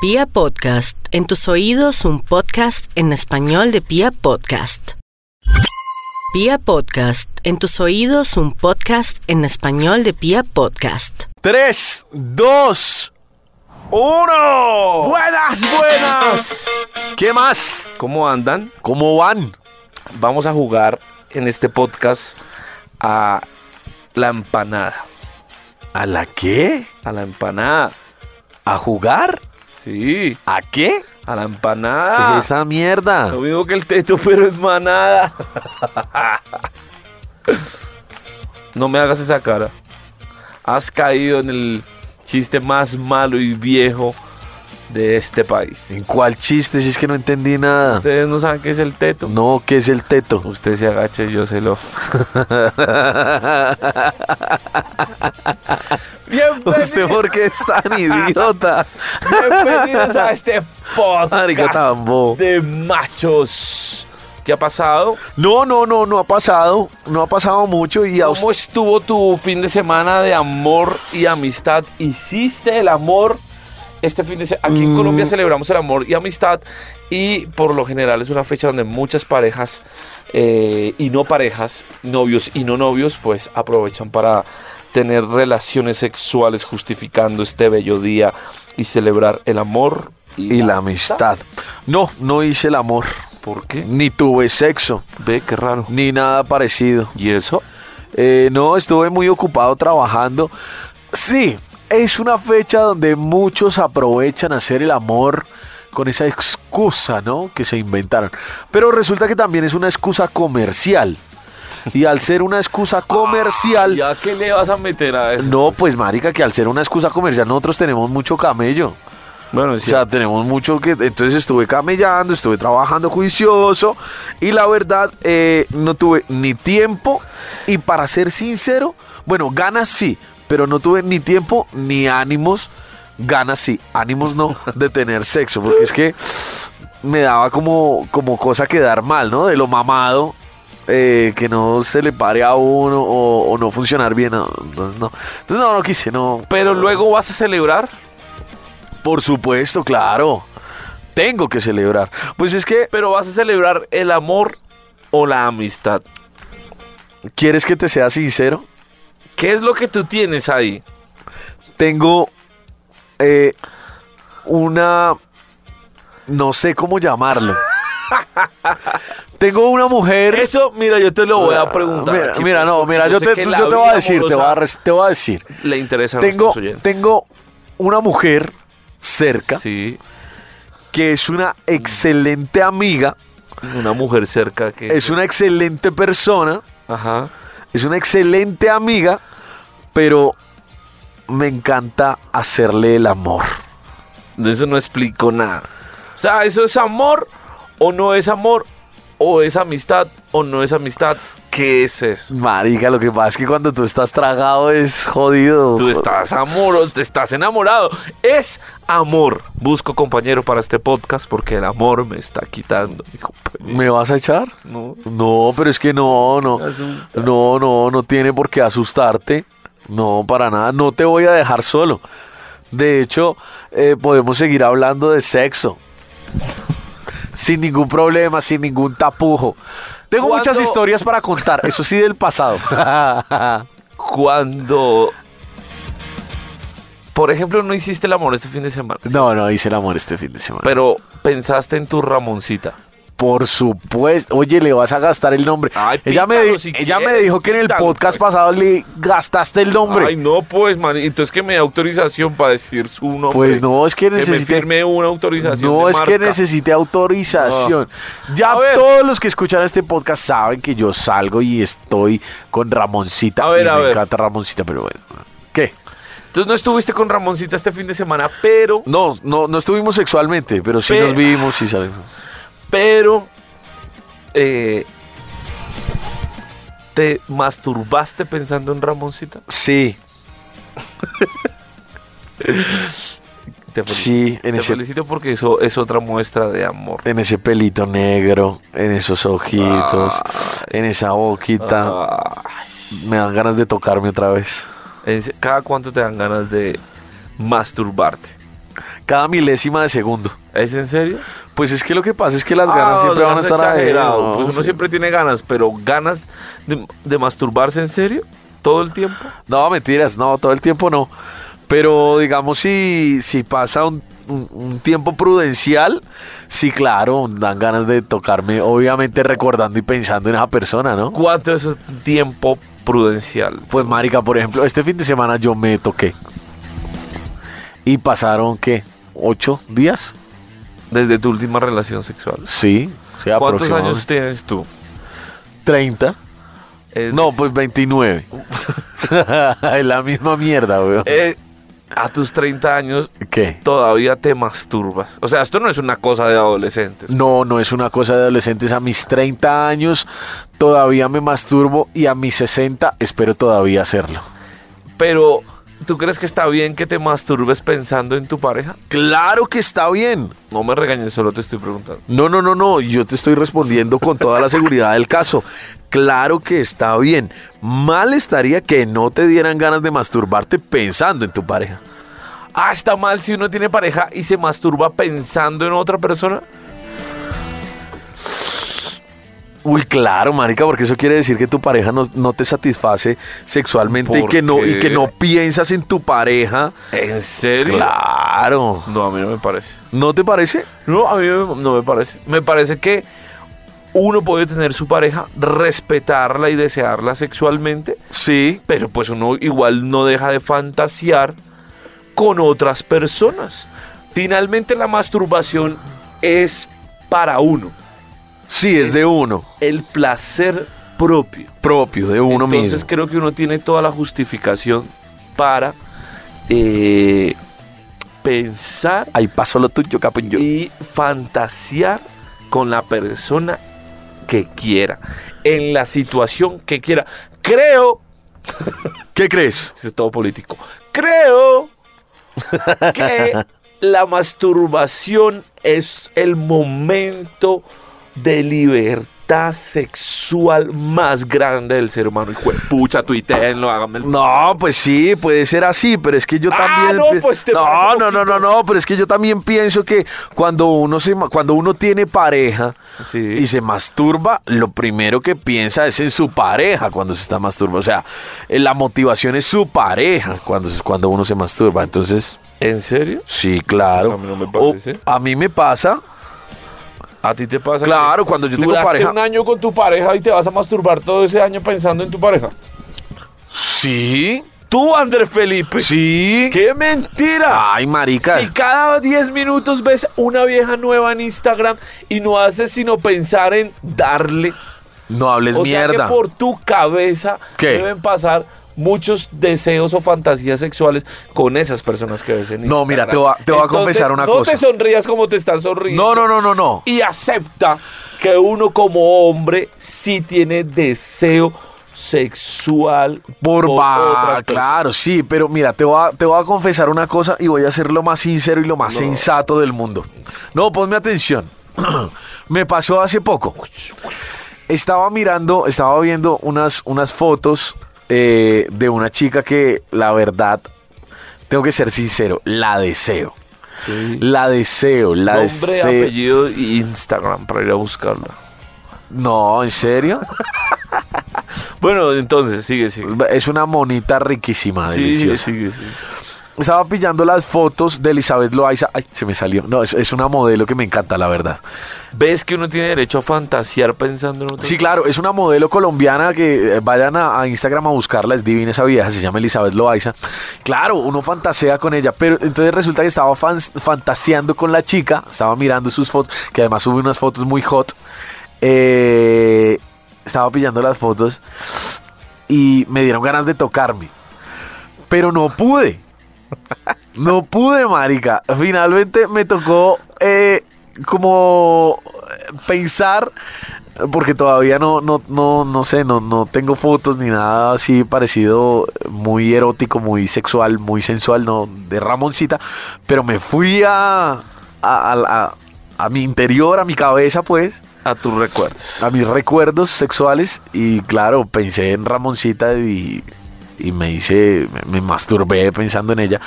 Pia Podcast, en tus oídos un podcast en español de Pia Podcast. Pia Podcast, en tus oídos un podcast en español de Pia Podcast. 3, 2, 1. Buenas, buenas. ¿Qué más? ¿Cómo andan? ¿Cómo van? Vamos a jugar en este podcast a la empanada. ¿A la qué? A la empanada. ¿A jugar? Sí, ¿A qué? Ah. a la empanada. ¿Qué es esa mierda? Lo mismo que el teto, pero es manada. no me hagas esa cara. Has caído en el chiste más malo y viejo de este país. ¿En cuál chiste? Si es que no entendí nada. Ustedes no saben qué es el teto. No, ¿qué es el teto? Usted se agacha y yo se lo. ¿Usted por qué es tan idiota? Bienvenidos a este Marica podcast tan bobo. de machos. ¿Qué ha pasado? No, no, no, no ha pasado. No ha pasado mucho y a usted... ¿Cómo estuvo tu fin de semana de amor y amistad? ¿Hiciste el amor este fin de semana? Aquí en Colombia Mm. celebramos el amor y amistad y por lo general es una fecha donde muchas parejas eh, y no parejas, novios y no novios, pues aprovechan para tener relaciones sexuales justificando este bello día y celebrar el amor Y la amistad. No, no hice el amor. ¿Por qué? Ni tuve sexo. Ve, qué raro. Ni nada parecido. ¿Y eso? Eh, no, estuve muy ocupado trabajando. Sí, es una fecha donde muchos aprovechan hacer el amor con esa excusa, ¿no? Que se inventaron. Pero resulta que también es una excusa comercial. Y al ser una excusa comercial... Ah, ¿Ya qué le vas a meter a eso? No, pues marica, que al ser una excusa comercial nosotros tenemos mucho camello. Bueno, O sea, tenemos mucho que... Entonces estuve camellando, estuve trabajando juicioso y la verdad eh, no tuve ni tiempo y para ser sincero, bueno, ganas sí, pero no tuve ni tiempo ni ánimos, ganas sí, ánimos no, de tener sexo, porque es que me daba como, como cosa quedar mal, ¿no? De lo mamado. eh, que no se le pare a uno o, o no funcionar bien. no, Entonces, no. Entonces, no, no quise, no. Pero luego vas a celebrar. Por supuesto, claro. Tengo que celebrar. Pues es que, Pero vas a celebrar el amor o la amistad. ¿quieres que te sea sincero? ¿Qué es lo que tú tienes ahí? Tengo eh, una... No sé cómo llamarlo. Tengo una mujer... Eso, mira, yo te lo voy a preguntar. Eh, ah, Mira, aquí, mira, pues, no, porque mira, yo, sé te, que tú- la yo te voy a vida decir, te voy a, amorosa res- te voy a decir. Le interesa a Tengo, nuestros oyentes. tengo una mujer cerca Sí, que es una excelente amiga, una mujer cerca que. es una excelente persona. Ajá. Es una excelente amiga, pero me encanta hacerle el amor. De eso no explico nada. O sea, ¿eso es amor o no es amor? ¿O es amistad o no es amistad? ¿Qué es eso? Marica, lo que pasa es que cuando tú estás tragado es jodido. Tú estás amoroso, te estás enamorado. Es amor. Busco compañero para este podcast porque el amor me está quitando. mi compañero. ¿Me vas a echar? No. No, pero es que no, no. Me asusta. No, no, no tiene por qué asustarte. No, para nada. No te voy a dejar solo. De hecho, eh, podemos seguir hablando de sexo. Sin ningún problema, sin ningún tapujo. Tengo ¿Cuándo- muchas historias para contar, eso sí del pasado. Cuando. Por ejemplo, no hiciste el amor este fin de semana. No, no, hice el amor este fin de semana. Pero pensaste en tu Ramoncita. Por supuesto. Oye, le vas a gastar el nombre. Ay, ella me, píntalo di- si ella me quieres, dijo que en el píntalo, podcast pues. pasado le gastaste el nombre. Ay, no, pues, man. Entonces que me dé autorización para decir su nombre. Pues no, es que necesité- me firme una autorización. No de es que marca. necesite autorización. Ya A ver. todos los que escuchan este podcast saben que yo salgo y estoy con Ramoncita. A ver, y a me ver. encanta Ramoncita, pero bueno. ¿Qué? Entonces no estuviste con Ramoncita este fin de semana, pero, No, no, no estuvimos sexualmente, pero sí Pe- nos vimos y salimos. pero, eh, ¿te masturbaste pensando en Ramoncita? Sí, Te felicito, Sí, en te ese- felicito porque eso es otra muestra de amor. en ese pelito negro, en esos ojitos, Ah. en esa boquita. Ay, Me dan ganas de tocarme otra vez. es- cada cuánto te dan ganas de masturbarte. cada milésima de segundo. ¿Es en serio? Pues es que lo que pasa es que las ganas Ah, siempre van a ganas estar ahí. exagerado. ¿no? Pues uno Sí. siempre tiene ganas, pero ganas de, de masturbarse en serio todo el tiempo. No, mentiras, no, todo el tiempo no. Pero digamos, si, si pasa un, un- un tiempo prudencial, sí, claro, dan ganas de tocarme, obviamente recordando y pensando en esa persona, ¿no? ¿Cuánto es un tiempo prudencial? Pues marica, por ejemplo, este fin de semana yo me toqué. Y pasaron, ¿qué? ¿Ocho días? Desde tu última relación sexual. Sí. o sea, ¿Cuántos aproximadamente años tienes tú? 30. Es- No, pues 29. es la misma mierda, weón. eh, a tus 30 años ¿Qué? todavía te masturbas. O sea, esto no es una cosa de adolescentes. No, no es una cosa de adolescentes. A mis 30 años todavía me masturbo y a mis 60 espero todavía hacerlo. Pero, ¿tú crees que está bien que te masturbes pensando en tu pareja? Claro que está bien. No me regañes, solo te estoy preguntando. No, no, no, no. Yo te estoy respondiendo con toda la seguridad del caso. Claro que está bien. Mal estaría que no te dieran ganas de masturbarte pensando en tu pareja. Ah, está mal si uno tiene pareja y se masturba pensando en otra persona. Uy, claro, marica, porque eso quiere decir que tu pareja no, no te satisface sexualmente y ¿Por que, no, y qué? que no piensas en tu pareja. ¿En serio? Claro. No, a mí no me parece. ¿No te parece? No, a mí no me- no me parece. Me parece que uno puede tener su pareja, respetarla y desearla sexualmente, Sí, pero pues uno igual no deja de fantasear con otras personas. Finalmente la masturbación es para uno, sí, es de uno. el placer propio. Propio, de uno Entonces mismo. creo que uno tiene toda la justificación para eh, pensar Ahí pasó lo tuyo, capullo. y fantasear con la persona que quiera, en la situación que quiera. Creo, ¿Qué crees? eso es todo político, creo que la masturbación es el momento de libertad sexual más grande del ser humano. Hijo de pucha, tuiteenlo, hágame el No, pues sí, puede ser así, pero es que yo Ah, también. no, pi- pues te no, pasa no, no, no, poquito. no, pero es que yo también pienso que cuando uno se, ma- cuando uno tiene pareja Sí. y se masturba, lo primero que piensa es en su pareja cuando se está masturbando. O sea, eh, la motivación es su pareja cuando, se- cuando uno se masturba. Entonces, ¿En serio? sí, claro. Pues a mí no me O- parece. a mí me pasa. ¿A ti te pasa? Claro, que cuando yo tengo duraste pareja- un año con tu pareja y te vas a masturbar todo ese año pensando en tu pareja. Sí, Tú, Andrés Felipe. sí. ¡Qué mentira! Ay, maricas. Si cada 10 minutos ves una vieja nueva en Instagram y no haces sino pensar en darle. No hables o mierda. sea que por tu cabeza ¿Qué? deben pasar muchos deseos o fantasías sexuales con esas personas que ves en Instagram. No, mira, te voy a- te voy a Entonces, confesar una cosa. No te sonrías como te están sonriendo. No, no, no, no, no. y acepta que uno como hombre sí tiene deseo sexual Por, otras va, personas. claro, sí, pero mira, te voy, a, te voy a confesar una cosa y voy a ser lo más sincero y lo más sensato del mundo. No, ponme atención. Me pasó hace poco. Estaba mirando, estaba viendo unas, unas fotos eh, de una chica que, la verdad, tengo que ser sincero, la deseo. La deseo, la Nombre, deseo. apellido y Instagram para ir a buscarla. No, ¿en serio? Bueno, entonces, sigue, sigue. Es una monita riquísima, Sí, sigue, deliciosa. sigue, sigue. Estaba pillando las fotos de Elizabeth Loaiza. Ay, se me salió. No, es, es una modelo que me encanta, la verdad. ¿Ves que uno tiene derecho a fantasear pensando en otro? Sí, claro, es una modelo colombiana que eh, vayan a, a Instagram a buscarla. Es divina esa vieja, se llama Elizabeth Loaiza. Claro, uno fantasea con ella, pero entonces resulta que estaba fans- fantaseando con la chica. Estaba mirando sus fotos, que además sube unas fotos muy hot. Eh, estaba pillando las fotos y me dieron ganas de tocarme. Pero no pude. No pude, marica. Finalmente me tocó eh, como eh, pensar, porque todavía no, no, no, no sé, no, no tengo fotos ni nada así parecido, eh, muy erótico, muy sexual, muy sensual, no, de Ramoncita, pero me fui a, a- a la- a mi interior, a mi cabeza, pues, A tus recuerdos. a mis recuerdos sexuales y claro, pensé en Ramoncita y y me hice, me, me masturbé pensando en ella.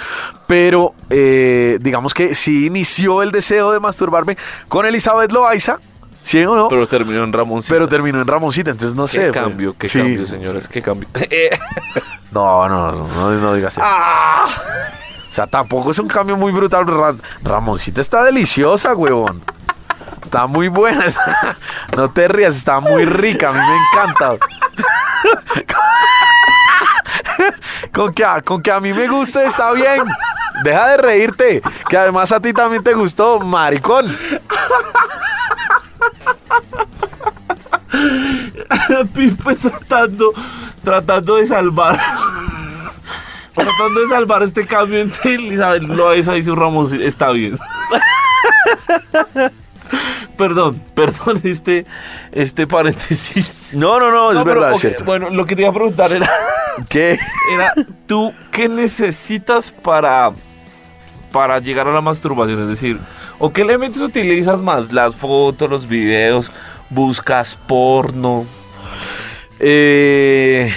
Pero eh, digamos que sí inició el deseo de masturbarme con Elizabeth Loaiza, ¿sí o no? Pero Pero, terminó en Ramoncito. terminó en Ramoncita, entonces no qué sé. fue- cambio, qué sí, cambio, sí. señores, qué cambio. Eh, No, no, no, no, no digas eso. Ah. O sea, tampoco es un cambio muy brutal. Ra- Ramoncita está deliciosa, huevón. Está muy buena. está- No te rías, está muy rica. A mí me encanta. Con que, a- con que a mí me guste está bien. Deja de reírte. Que además a ti también te gustó, maricón. Pipe tratando, tratando de salvar. tratando de salvar este cambio entre Elizabeth Loaiza y su Ramos. Está bien. perdón, perdón este, este paréntesis. No, no, no, es No, pero, verdad, ok, es cierto. Bueno, lo que te iba a preguntar era, ¿Qué? era ¿tú qué necesitas para, para llegar a la masturbación? Es decir, ¿o qué elementos utilizas más? ¿Las fotos, los videos? ¿Buscas porno? Eh,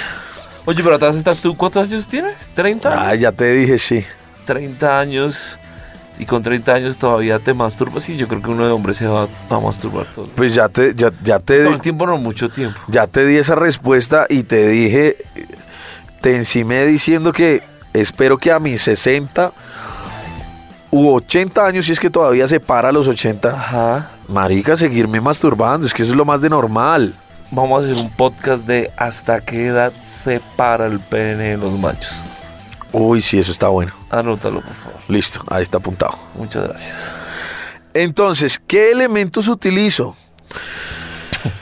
Oye, pero atrás estás tú, ¿cuántos años tienes? ¿30? ah, ya te dije, sí. 30 años. Y con 30 años todavía te masturbas. Y yo creo que uno de hombres se va a masturbar todo. Pues ya te, ya, ya te Todo di- el tiempo, no mucho tiempo. Ya te di esa respuesta y te dije, te encimé diciendo que espero que a mis 60 u 80 años, si es que todavía se para a los 80, Ajá. marica, seguirme masturbando, es que eso es lo más de normal. Vamos a hacer un podcast de hasta qué edad se para el pene de los machos. Uy, sí, eso está bueno. Anótalo, por favor. Listo, ahí está apuntado. Muchas gracias. Entonces, ¿qué elementos utilizo?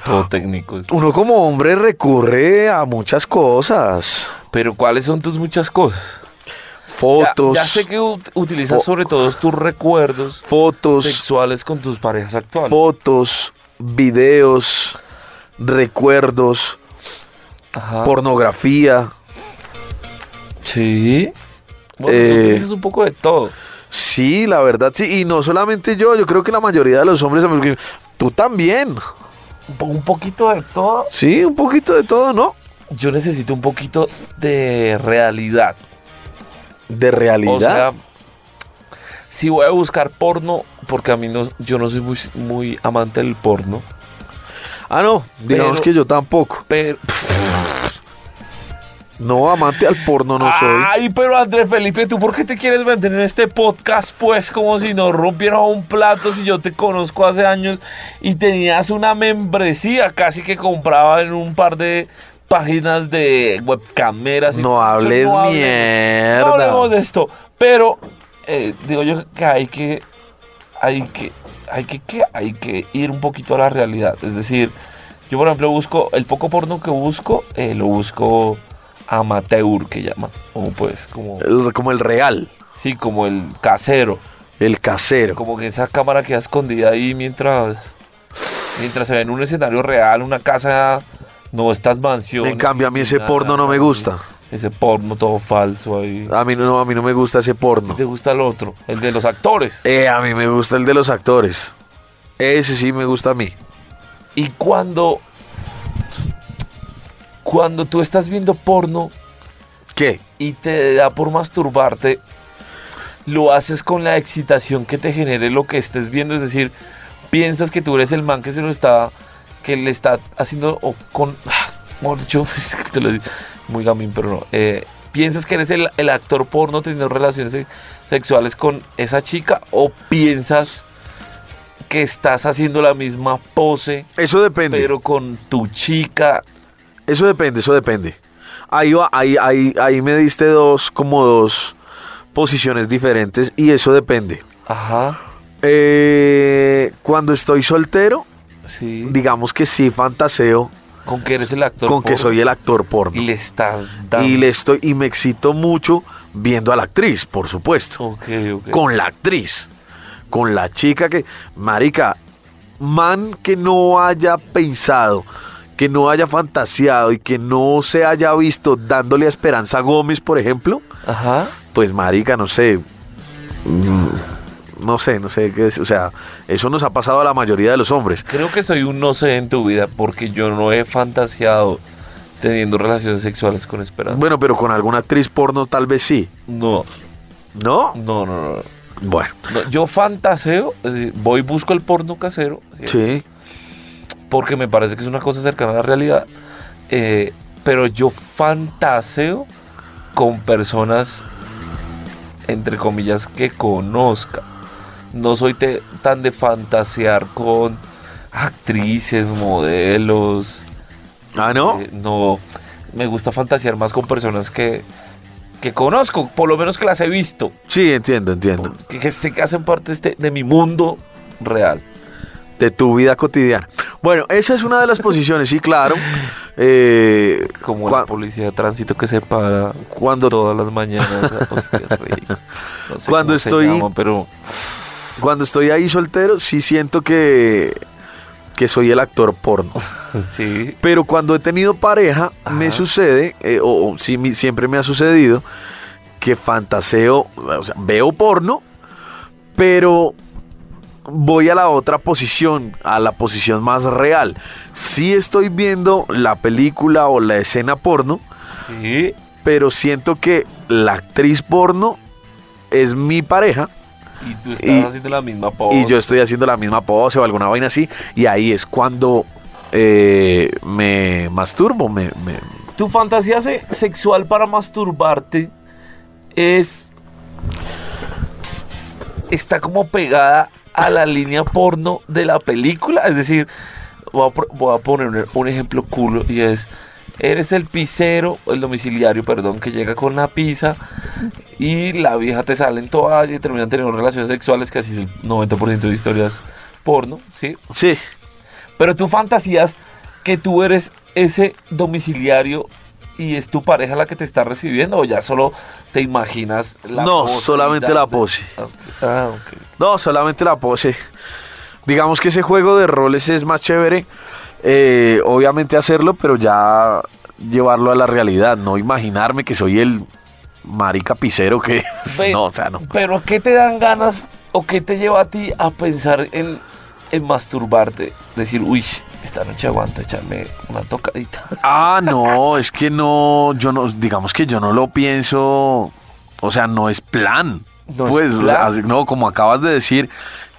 Todo técnico. Uno como hombre recurre a muchas cosas. Pero ¿cuáles son tus muchas cosas? Ya- Fotos, Ya, sé que ut- utilizas Fo- sobre todo tus recuerdos fotos. sexuales con tus parejas actuales. fotos, videos, recuerdos, Ajá. pornografía. Sí. Bueno, tú Eh. utilizas un poco de todo. Sí, la verdad, sí. Y no solamente yo, yo creo que la mayoría de los hombres... Tú también. Un po- un poquito de todo. Sí, un poquito de todo, ¿no? Yo necesito un poquito de realidad. De O realidad. sea, si voy a buscar porno, porque a mí no, yo no soy muy, muy amante del porno, ah, no, digamos pero- que yo tampoco. pero... No, amante al porno no soy. Ay, pero Andrés Felipe, ¿tú por qué te quieres mantener en este podcast? Pues como si no rompieras un plato si yo te conozco hace años y tenías una membresía casi que compraba en un par de páginas de webcameras. y- No hables Yo hablé- mierda. No hablemos de esto, pero eh, digo yo que hay que, hay que, hay que, que- hay que ir un poquito a la realidad. Es decir, yo por ejemplo busco, el poco porno que busco, eh, lo busco amateur que llaman, como pues, como, El- como el real, sí, como el casero, el casero. como que esa cámara queda escondida ahí mientras, mientras se ve en un escenario real, una casa, no estas mansiones. En cambio, a ni mí ese nada, porno no me gusta. Ese porno todo falso ahí. A mí no, a mí no me gusta ese porno. ¿Te gusta el otro? El de los actores. Eh, a mí me gusta el de los actores. Ese sí me gusta a mí. Y cuando. Cuando tú estás viendo porno ¿Qué? y te da por masturbarte, lo haces con la excitación que te genere lo que estés viendo. Es decir, piensas que tú eres el man que se lo está. que le está haciendo. o con. ah, Mejor dicho, es que te lo digo, muy gamín, pero no. Eh, piensas que eres el, el actor porno teniendo relaciones se- sexuales con esa chica o piensas que estás haciendo la misma pose Eso depende. pero con tu chica. Eso depende, eso depende. Ahí, va- ahí, ahí, ahí me diste dos, como dos posiciones diferentes y eso depende. Ajá. Eh, cuando estoy soltero, Sí. digamos que sí fantaseo Con que eres el actor. con que porno soy el actor porno. Y le estás dando. Y le estoy, y me excito mucho viendo a la actriz, por supuesto. Ok, ok. Con la actriz. Con la chica que. Marica, man que no haya pensado, que no haya fantaseado y que no se haya visto dándole a Esperanza Gómez, por ejemplo, Ajá. pues marica, no sé. mm, No sé, no sé qué es. O sea, eso nos ha pasado a la mayoría de los hombres. Creo que soy un no sé en tu vida porque yo no he fantaseado teniendo relaciones sexuales con Esperanza. Bueno, pero con alguna actriz porno tal vez sí. No, ¿No? no, no, no. no. Bueno. No, yo fantaseo, es decir, voy y busco el porno casero, ¿sí? Sí. porque me parece que es una cosa cercana a la realidad, eh, pero yo fantaseo con personas, entre comillas, que conozca. No soy te- tan de fantasear con actrices, modelos. Ah, ¿no? eh, no, me gusta fantasear más con personas que, que conozco, por lo menos que las he visto. Sí, entiendo, entiendo. que, que se- que hacen parte de este- de mi mundo real. De tu vida cotidiana. Bueno, esa es una de las posiciones, sí, claro. Eh, Como cua- la policía de tránsito que se para Cuando- todas las mañanas. Ay, qué rico. No sé Cuando cómo se estoy- llama, pero cuando estoy ahí soltero, sí siento que, que soy el actor porno. sí. Pero cuando he tenido pareja, me Ajá. sucede, eh, o, o sí, mi- siempre me ha sucedido, que fantaseo, o sea, veo porno, pero voy a la otra posición, a la posición más real. Sí estoy viendo la película o la escena porno, sí. pero siento que la actriz porno es mi pareja Y tú estás Y- haciendo la misma pose. y yo estoy haciendo la misma pose o alguna vaina así, y ahí es cuando eh, me masturbo, me- me, Tu fantasía se- sexual para masturbarte es. Está como pegada a la línea porno de la película. Es decir, voy a, pro- voy a poner un- un ejemplo culo y es. Eres el pizzero, el domiciliario, perdón, que llega con la pizza y la vieja te sale en toalla y terminan teniendo relaciones sexuales, que así es el 90% de historias porno, ¿sí? Sí, Pero tú fantasías que tú eres ese domiciliario y es tu pareja la que te está recibiendo o ya solo te imaginas la No, pose y solamente tal la de- pose. Ah, ok. Ah, ok. no, solamente la pose. Digamos que ese juego de roles es más chévere, eh, obviamente hacerlo, pero ya llevarlo a la realidad, no imaginarme que soy el marica picero que... Ve, Pues no, o sea, no. Pero ¿qué te dan ganas o qué te lleva a ti a pensar en, en masturbarte? Decir, uy, esta noche aguanta echarme una tocadita. Ah, no, es que no, yo no, digamos que yo no lo pienso, o sea, no es plan. No es pues, o sea, plan. así- no, como acabas de decir,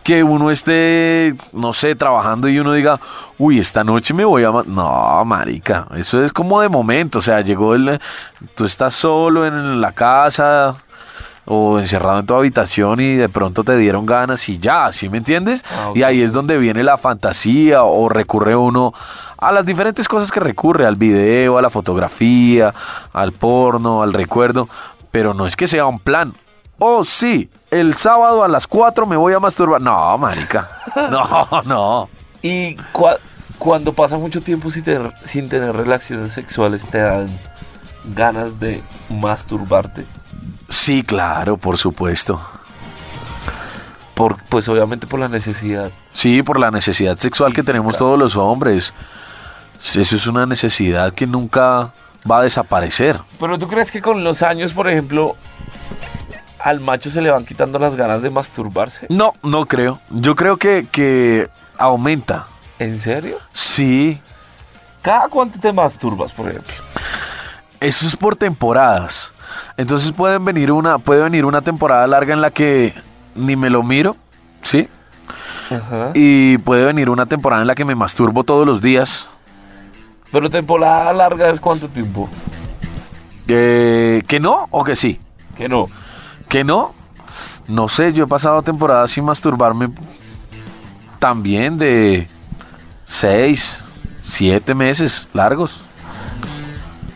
que uno esté, no sé, trabajando y uno diga, uy, esta noche me voy a... ma-". No, marica, eso es como de momento, o sea, llegó el... Tú estás solo en la casa o encerrado en tu habitación y de pronto te dieron ganas y ya, ¿sí me entiendes? Ah, ok. Y ahí es donde viene la fantasía o recurre uno a las diferentes cosas que recurre, al video, a la fotografía, al porno, al recuerdo, pero no es que sea un plan. Oh, sí, el sábado a las 4 me voy a masturbar. No, marica. No, no. Y cua- cuando pasa mucho tiempo sin tener, sin tener relaciones sexuales te dan ganas de masturbarte. Sí, claro, por supuesto. Por, pues obviamente por la necesidad. Sí, por la necesidad sexual que tenemos todos los hombres. Sí, Eso es una necesidad que nunca va a desaparecer. Pero tú crees que con los años, por ejemplo, al macho se le van quitando las ganas de masturbarse. No, no creo. Yo creo que, que aumenta. ¿En serio? Sí, ¿Cada cuánto te masturbas, por ejemplo? eso es por temporadas. Entonces pueden venir una, puede venir una temporada larga en la que ni me lo miro, ¿sí? Ajá. Y puede venir una temporada en la que me masturbo todos los días. Pero temporada larga es cuánto tiempo? Eh, ¿Que no o que sí? Que no. ¿Que no? No sé, yo he pasado temporadas sin masturbarme también de seis, siete meses largos.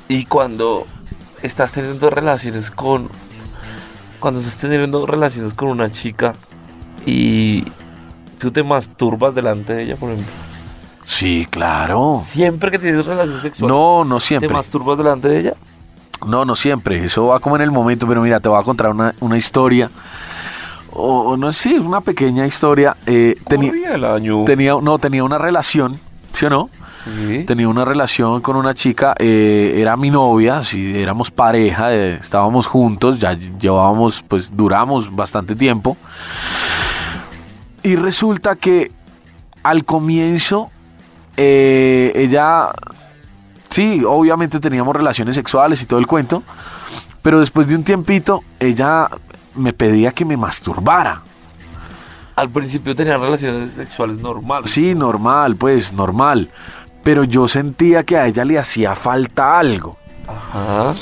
Y cuando estás teniendo relaciones con. Cuando estás teniendo relaciones con una chica y tú te masturbas delante de ella, por ejemplo. Sí, claro. Siempre que tienes relaciones sexuales, No, no ¿te siempre. masturbas delante de ella? No, no siempre. Eso va como en el momento. Pero mira, te voy a contar una, una historia. O, o no, sí, una pequeña historia. Eh, tenía, Corría el año. tenía, no, tenía una relación, ¿sí o no? Sí. Tenía una relación con una chica, eh, era mi novia, sí, éramos pareja, eh, estábamos juntos, ya llevábamos, pues duramos bastante tiempo. Y resulta que al comienzo eh, ella sí, obviamente teníamos relaciones sexuales y todo el cuento, pero después de un tiempito ella me pedía que me masturbara. Al principio tenían relaciones sexuales normales. Sí, normal, pues normal. Pero yo sentía que a ella le hacía falta algo. Ajá.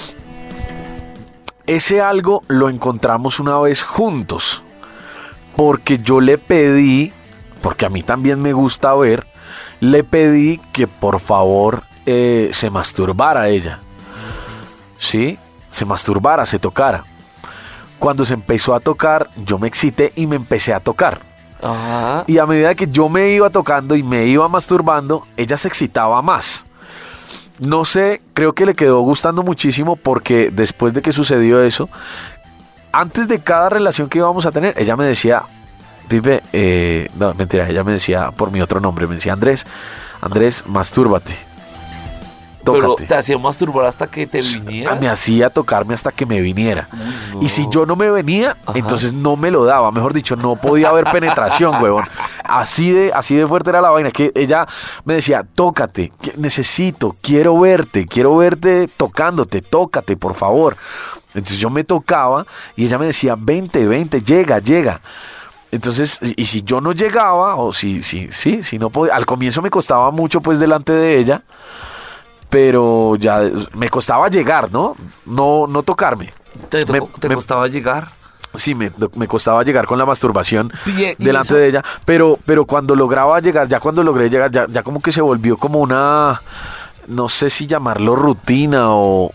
Ese algo lo encontramos una vez juntos. Porque yo le pedí, porque a mí también me gusta ver, le pedí que por favor eh, se masturbara ella. ¿Sí? Se masturbara, se tocara. Cuando se empezó a tocar, yo me excité y me empecé a tocar. Ajá. Y a medida que yo me iba tocando y me iba masturbando, ella se excitaba más. No sé, creo que le quedó gustando muchísimo porque después de que sucedió eso, antes de cada relación que íbamos a tener, ella me decía, Pipe, eh, no, mentira, ella me decía por mi otro nombre, me decía Andrés, Andrés, mastúrbate. Pero Tócate. te hacía masturbar hasta que te viniera. Me hacía tocarme hasta que me viniera. Uy, no. Y si yo no me venía, entonces no me lo daba. Mejor dicho, no podía haber penetración, huevón. Así de, así de fuerte era la vaina. Que ella me decía, tócate, que- necesito, quiero verte, quiero verte tocándote, tócate, por favor. Entonces yo me tocaba y ella me decía, vente, vente, llega, llega. Entonces, y y si yo no llegaba, o si, si, sí, si no podía, al comienzo me costaba mucho pues delante de ella, pero ya me costaba llegar, ¿no? No, no tocarme. Te, me- te me- costaba llegar. Sí, me, me costaba llegar con la masturbación Bien, ¿y delante eso? de ella, pero, pero cuando lograba llegar, ya cuando logré llegar, ya, ya como que se volvió como una, no sé si llamarlo rutina o...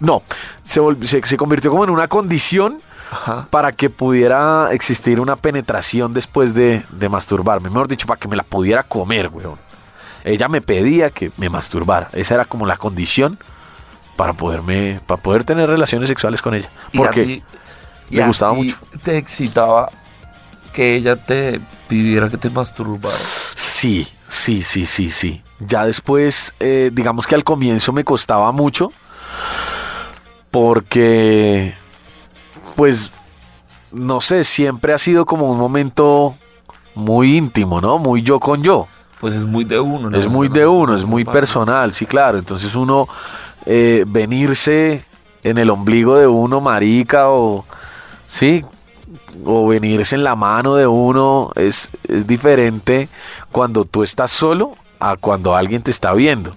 No, se, vol- se, se convirtió como en una condición Ajá. para que pudiera existir una penetración después de, de masturbarme, mejor dicho, para que me la pudiera comer, weón. Ella me pedía que me masturbara, esa era como la condición para poderme, para poder tener relaciones sexuales con ella. Y a Porque... ti- me a gustaba ti mucho. Te excitaba que ella te pidiera que te masturbara. Sí, sí, sí, sí, sí. Ya después, eh, digamos que al comienzo me costaba mucho porque, pues, no sé, siempre ha sido como un momento muy íntimo, ¿no? Muy yo con yo. Pues es muy de uno. ¿no? Es muy No, de no, uno, no, es no, muy no, personal, sí, claro. Entonces uno eh, venirse en el ombligo de uno, marica, o sí, o venirse en la mano de uno es, es diferente cuando tú estás solo a cuando alguien te está viendo.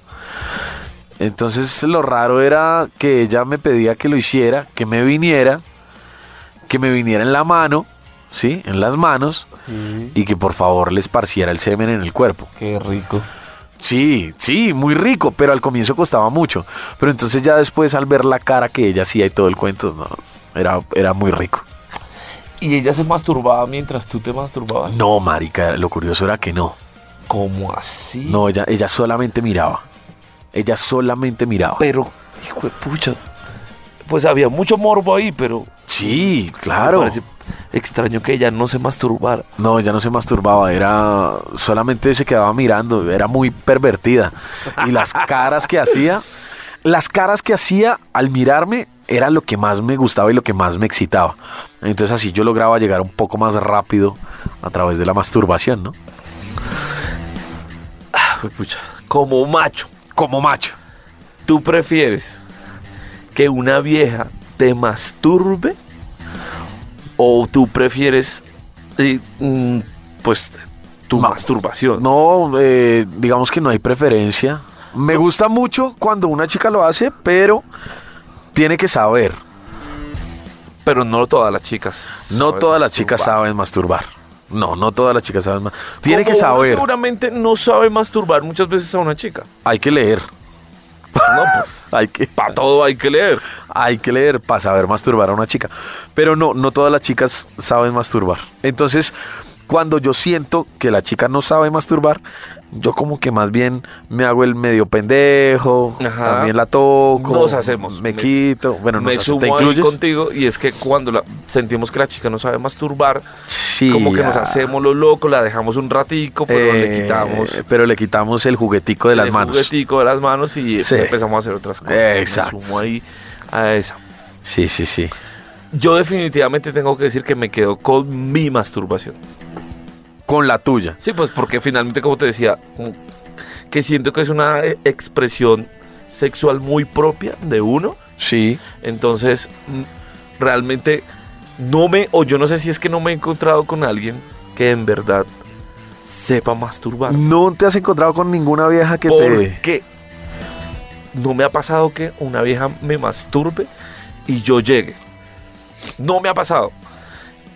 Entonces lo raro era que ella me pedía que lo hiciera, que me viniera, que me viniera en la mano, sí, en las manos, Sí, y que por favor le esparciera el semen en el cuerpo. qué rico. Sí, sí, muy rico, pero al comienzo costaba mucho. Pero entonces ya después al ver la cara que ella hacía y todo el cuento, no, era, era muy rico. Y ella se masturbaba mientras tú te masturbabas. No, marica, lo curioso era que no. ¿Cómo así? No, ella, ella solamente miraba. Ella solamente miraba. Pero, hijo de pucha. Pues había mucho morbo ahí, pero. Sí, Me claro. parece extraño que ella no se masturbara. No, ella no se masturbaba, era solamente se quedaba mirando, era muy pervertida. Y las caras que hacía, las caras que hacía al mirarme era lo que más me gustaba y lo que más me excitaba. Entonces así yo lograba llegar un poco más rápido a través de la masturbación, ¿no? Hijo de pucha. Como macho, Como macho. ¿tú prefieres que una vieja te masturbe? ¿O tú prefieres, eh, mm, pues, tu Ma- masturbación? No, eh, digamos que no hay preferencia. Me gusta mucho cuando una chica lo hace, pero tiene que saber. Pero no todas las chicas. No saben todas las chicas masturbar. saben masturbar. No, no todas las chicas saben masturbar. Tiene Como que uno saber. Seguramente no sabe masturbar muchas veces a una chica. Hay que leer. No, pues. Hay que, para todo hay que leer. hay que leer para saber masturbar a una chica. Pero no, no todas las chicas saben masturbar. Entonces, cuando yo siento que la chica no sabe masturbar, yo como que más bien me hago el medio pendejo, Ajá. también la toco. Nos hacemos. Me, quito. Bueno, me nos hace- sumo ¿te ahí incluyes? contigo y es que cuando la- sentimos que la chica no sabe masturbar, Sí, como que nos ah. hacemos lo loco, la dejamos un ratico, pero Eh, le quitamos Pero le quitamos el juguetico de las el manos. juguetico de las manos y Sí. empezamos a hacer otras cosas. Exacto. Me sumo ahí a esa. Sí, sí, sí. Yo definitivamente tengo que decir que me quedo con mi masturbación. Con la tuya. Sí, pues porque finalmente, como te decía, como que siento que es una eh, expresión sexual muy propia de uno. Sí. Entonces, mm, realmente no me, o yo no sé si es que no me he encontrado con alguien que en verdad sepa masturbar. No te has encontrado con ninguna vieja que te. Porque no me ha pasado que una vieja me masturbe y yo llegue. No me ha pasado.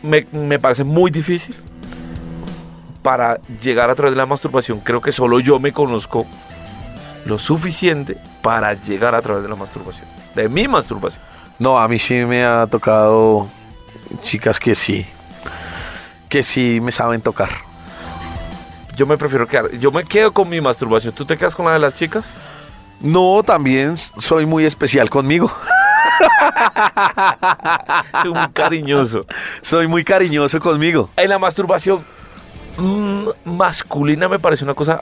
Me, me parece muy difícil. Para llegar a través de la masturbación, creo que solo yo me conozco lo suficiente para llegar a través de la masturbación. De mi masturbación. No, a mí sí me ha tocado chicas que sí. Que sí me saben tocar. Yo me prefiero quedar. Yo me quedo con mi masturbación. ¿Tú te quedas con la de las chicas? No, también soy muy especial conmigo. Soy muy cariñoso. Soy muy cariñoso conmigo. En la masturbación mm, masculina me parece una cosa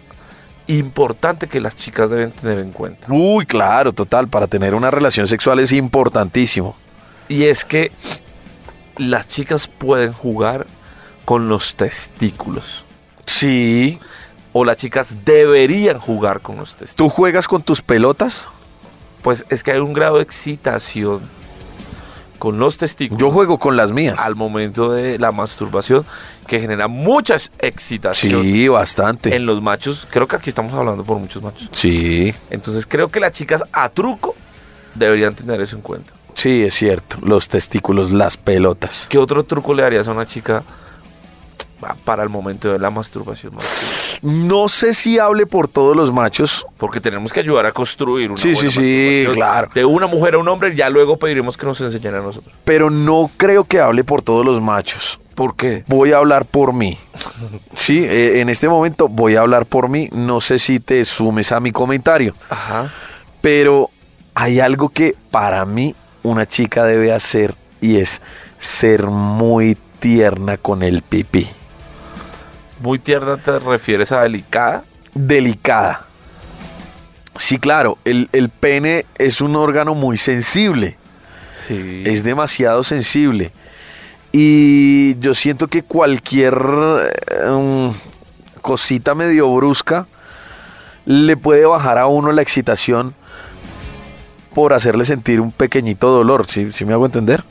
importante que las chicas deben tener en cuenta. Uy, claro, total. Para tener una relación sexual es importantísimo. Y es que las chicas pueden jugar con los testículos. Sí. O las chicas deberían jugar con los testículos. ¿Tú juegas con tus pelotas? Pues es que hay un grado de excitación con los testículos Yo juego con las mías. al momento de la masturbación que genera mucha excitación Sí, bastante. en los machos. Creo que aquí estamos hablando por muchos machos. Sí. Entonces creo que las chicas a truco deberían tener eso en cuenta. Sí, es cierto. Los testículos, las pelotas. ¿Qué otro truco le darías a una chica ah, para el momento de la masturbación? masculina? No sé si hable por todos los machos. Porque tenemos que ayudar a construir una Sí, buena sí, sí, masturbación claro. de una mujer a un hombre, ya luego pediremos que nos enseñen a nosotros. Pero no creo que hable por todos los machos. ¿Por qué? Voy a hablar por mí. Sí, eh, en este momento voy a hablar por mí. No sé si te sumes a mi comentario. Ajá. Pero hay algo que para mí una chica debe hacer y es ser muy tierna con el pipí. Muy tierna te refieres a delicada. Delicada. Sí, claro, el, el pene es un órgano muy sensible. Sí. Es demasiado sensible. Y yo siento que cualquier eh, um, cosita medio brusca le puede bajar a uno la excitación por hacerle sentir un pequeñito dolor, si me hago entender?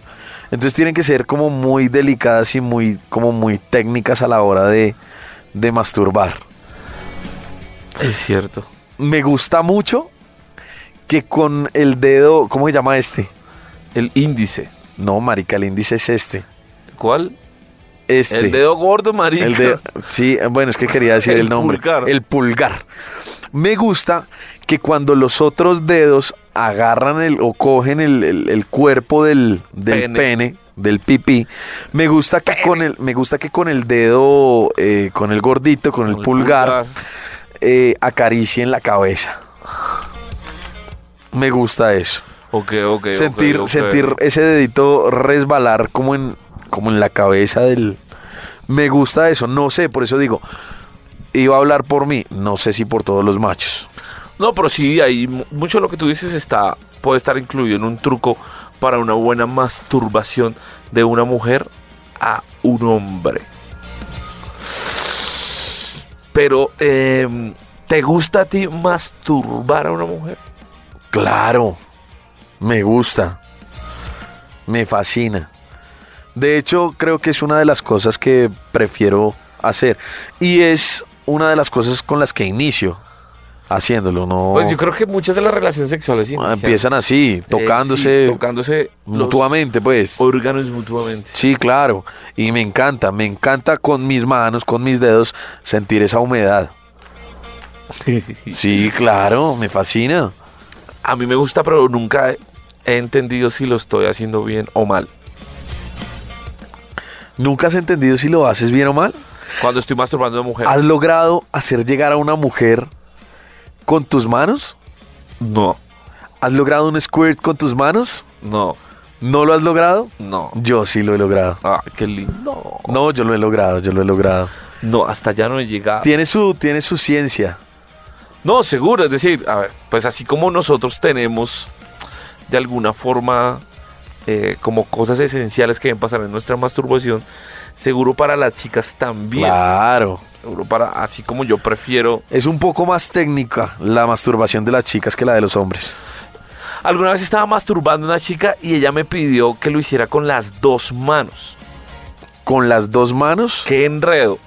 Entonces tienen que ser como muy delicadas y muy, como muy técnicas a la hora de, de masturbar. es cierto. Me gusta mucho que con el dedo, ¿cómo se llama este? El índice. No, marica, el índice es este. ¿Cuál? Este. El dedo gordo, marica. El de, sí, bueno, es que quería decir el, El nombre. pulgar. El pulgar. Me gusta que cuando los otros dedos agarran el, o cogen el, el- el cuerpo del, del pene. Pene. del pipí, me gusta que con el, me gusta que con el dedo, eh, con el gordito, con el, Con el pulgar, pulgar. eh, acaricien la cabeza. Me gusta eso. Ok, ok. ok, sentir, ok. sentir ese dedito resbalar como en, como en la cabeza del. Me gusta eso, no sé, por eso digo. Iba a hablar por mí, no sé si por todos los machos. No, pero sí, hay mu- mucho de lo que tú dices está puede estar incluido en un truco para una buena masturbación de una mujer a un hombre. Pero, eh, ¿te gusta a ti masturbar a una mujer? Claro, me gusta, me fascina. De hecho, creo que es una de las cosas que prefiero hacer y es una de las cosas con las que inicio haciéndolo. No Ah, Pues yo creo que muchas de las relaciones sexuales inician, empiezan así, eh, tocándose sí, tocándose los mutuamente, pues. órganos mutuamente. Sí, claro. Y me encanta, me encanta con mis manos, con mis dedos, sentir esa humedad. Sí, claro, me fascina. A mí me gusta, pero nunca he- he entendido si lo estoy haciendo bien o mal. ¿Nunca has entendido si lo haces bien o mal? Cuando estoy masturbando a una mujer, ¿Has logrado hacer llegar a una mujer con tus manos? no, ¿Has logrado un squirt con tus manos? no, ¿No lo has logrado? no. Yo sí lo he logrado. Ah, qué lindo. No, yo lo he logrado, yo lo he logrado. No, hasta allá no he llegado. Tiene su, tiene su ciencia. No, seguro, es decir, a ver, pues así como nosotros tenemos de alguna forma eh, como cosas esenciales que deben pasar en nuestra masturbación, seguro para las chicas también. Claro. Seguro para, así como yo prefiero. Es un poco más técnica la masturbación de las chicas que la de los hombres. Alguna vez estaba masturbando una chica y ella me pidió que lo hiciera con las dos manos. Con las dos manos. Qué enredo.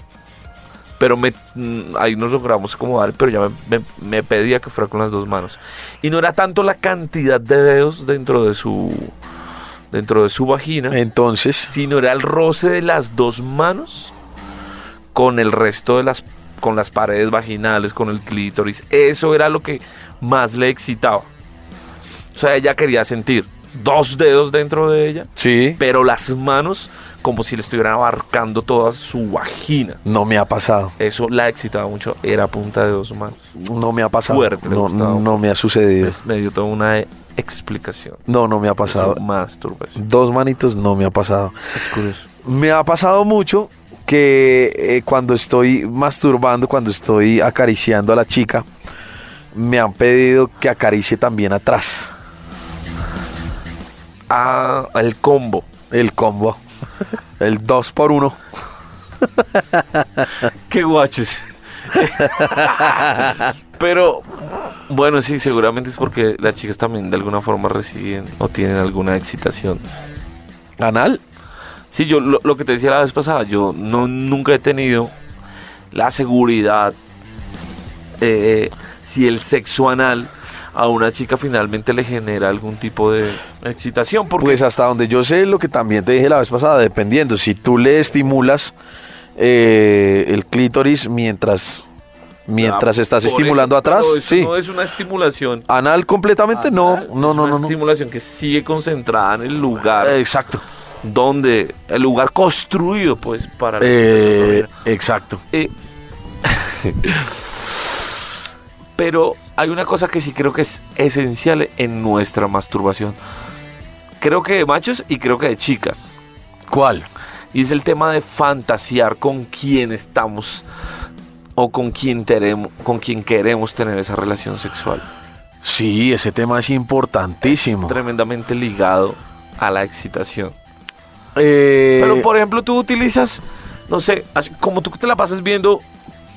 Pero me, mm, ahí nos logramos acomodar, pero ya me, me- me pedía que fuera con las dos manos. Y no era tanto la cantidad de dedos dentro de su, dentro de su vagina, Entonces, sino era el roce de las dos manos con el resto de las con las paredes vaginales, con el clítoris. Eso era lo que más le excitaba. O sea, ella quería sentir dos dedos dentro de ella, sí. pero las manos como si le estuvieran abarcando toda su vagina. No me ha pasado. Eso la excitaba mucho, era punta de dos manos. No me ha pasado. Fuerte, no, Gustavo. no me ha sucedido. Pues me dio toda una e- explicación. No, no me ha pasado. Su Masturbación. Dos manitos no me ha pasado. Es curioso. Me ha pasado mucho que eh, cuando estoy masturbando, cuando estoy acariciando a la chica, me han pedido que acaricie también atrás Ah, el combo. el combo. El 2 por 1 Qué guaches. Pero bueno, sí, seguramente es porque las chicas también de alguna forma reciben o tienen alguna excitación. anal. Sí, yo lo, lo que te decía la vez pasada, yo no, nunca he tenido la seguridad eh, si el sexo anal a una chica finalmente le genera algún tipo de excitación. Porque Pues hasta donde yo sé lo que también te dije la vez pasada, dependiendo, si tú le estimulas eh, el clítoris mientras, mientras estás Ah, Por eso, estimulando pero atrás, eso sí. No es una estimulación. Anal completamente no, anal, no, es no, una no, no. estimulación que sigue concentrada en el lugar. Eh, Exacto, donde el lugar construido pues para la eh, situación exacto. femenina. Eh, pero hay una cosa que sí creo que es esencial en nuestra masturbación creo que de machos y creo que de chicas ¿Cuál? y es el tema de fantasear con quién estamos o con quién teremo- con quién queremos tener esa relación sexual Sí, ese tema es importantísimo. tremendamente ligado a la excitación Eh, Pero, por ejemplo, tú utilizas, no sé, así como tú te la pasas viendo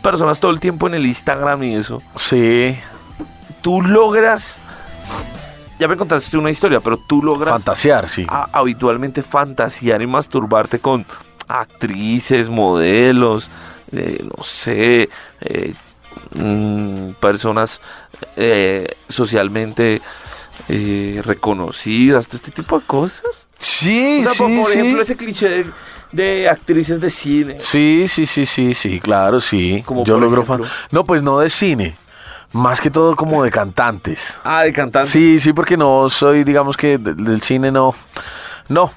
personas todo el tiempo en el Instagram y eso, sí, tú logras, ya me contaste una historia, pero tú logras fantasear, sí. a- habitualmente fantasear y masturbarte con actrices, modelos, eh, no sé, eh, mm, personas eh, socialmente eh, reconocidas, todo este tipo de cosas. Sí, O sea, sí, por, por sí. ejemplo, ese cliché de, de actrices de cine. Sí, sí, sí, sí, sí, claro, sí. Como Yo por logro fan- ejemplo. No, pues no de cine. Más que todo como de cantantes. Ah, de cantante. Sí, sí, porque no soy, digamos que de- del cine no. No.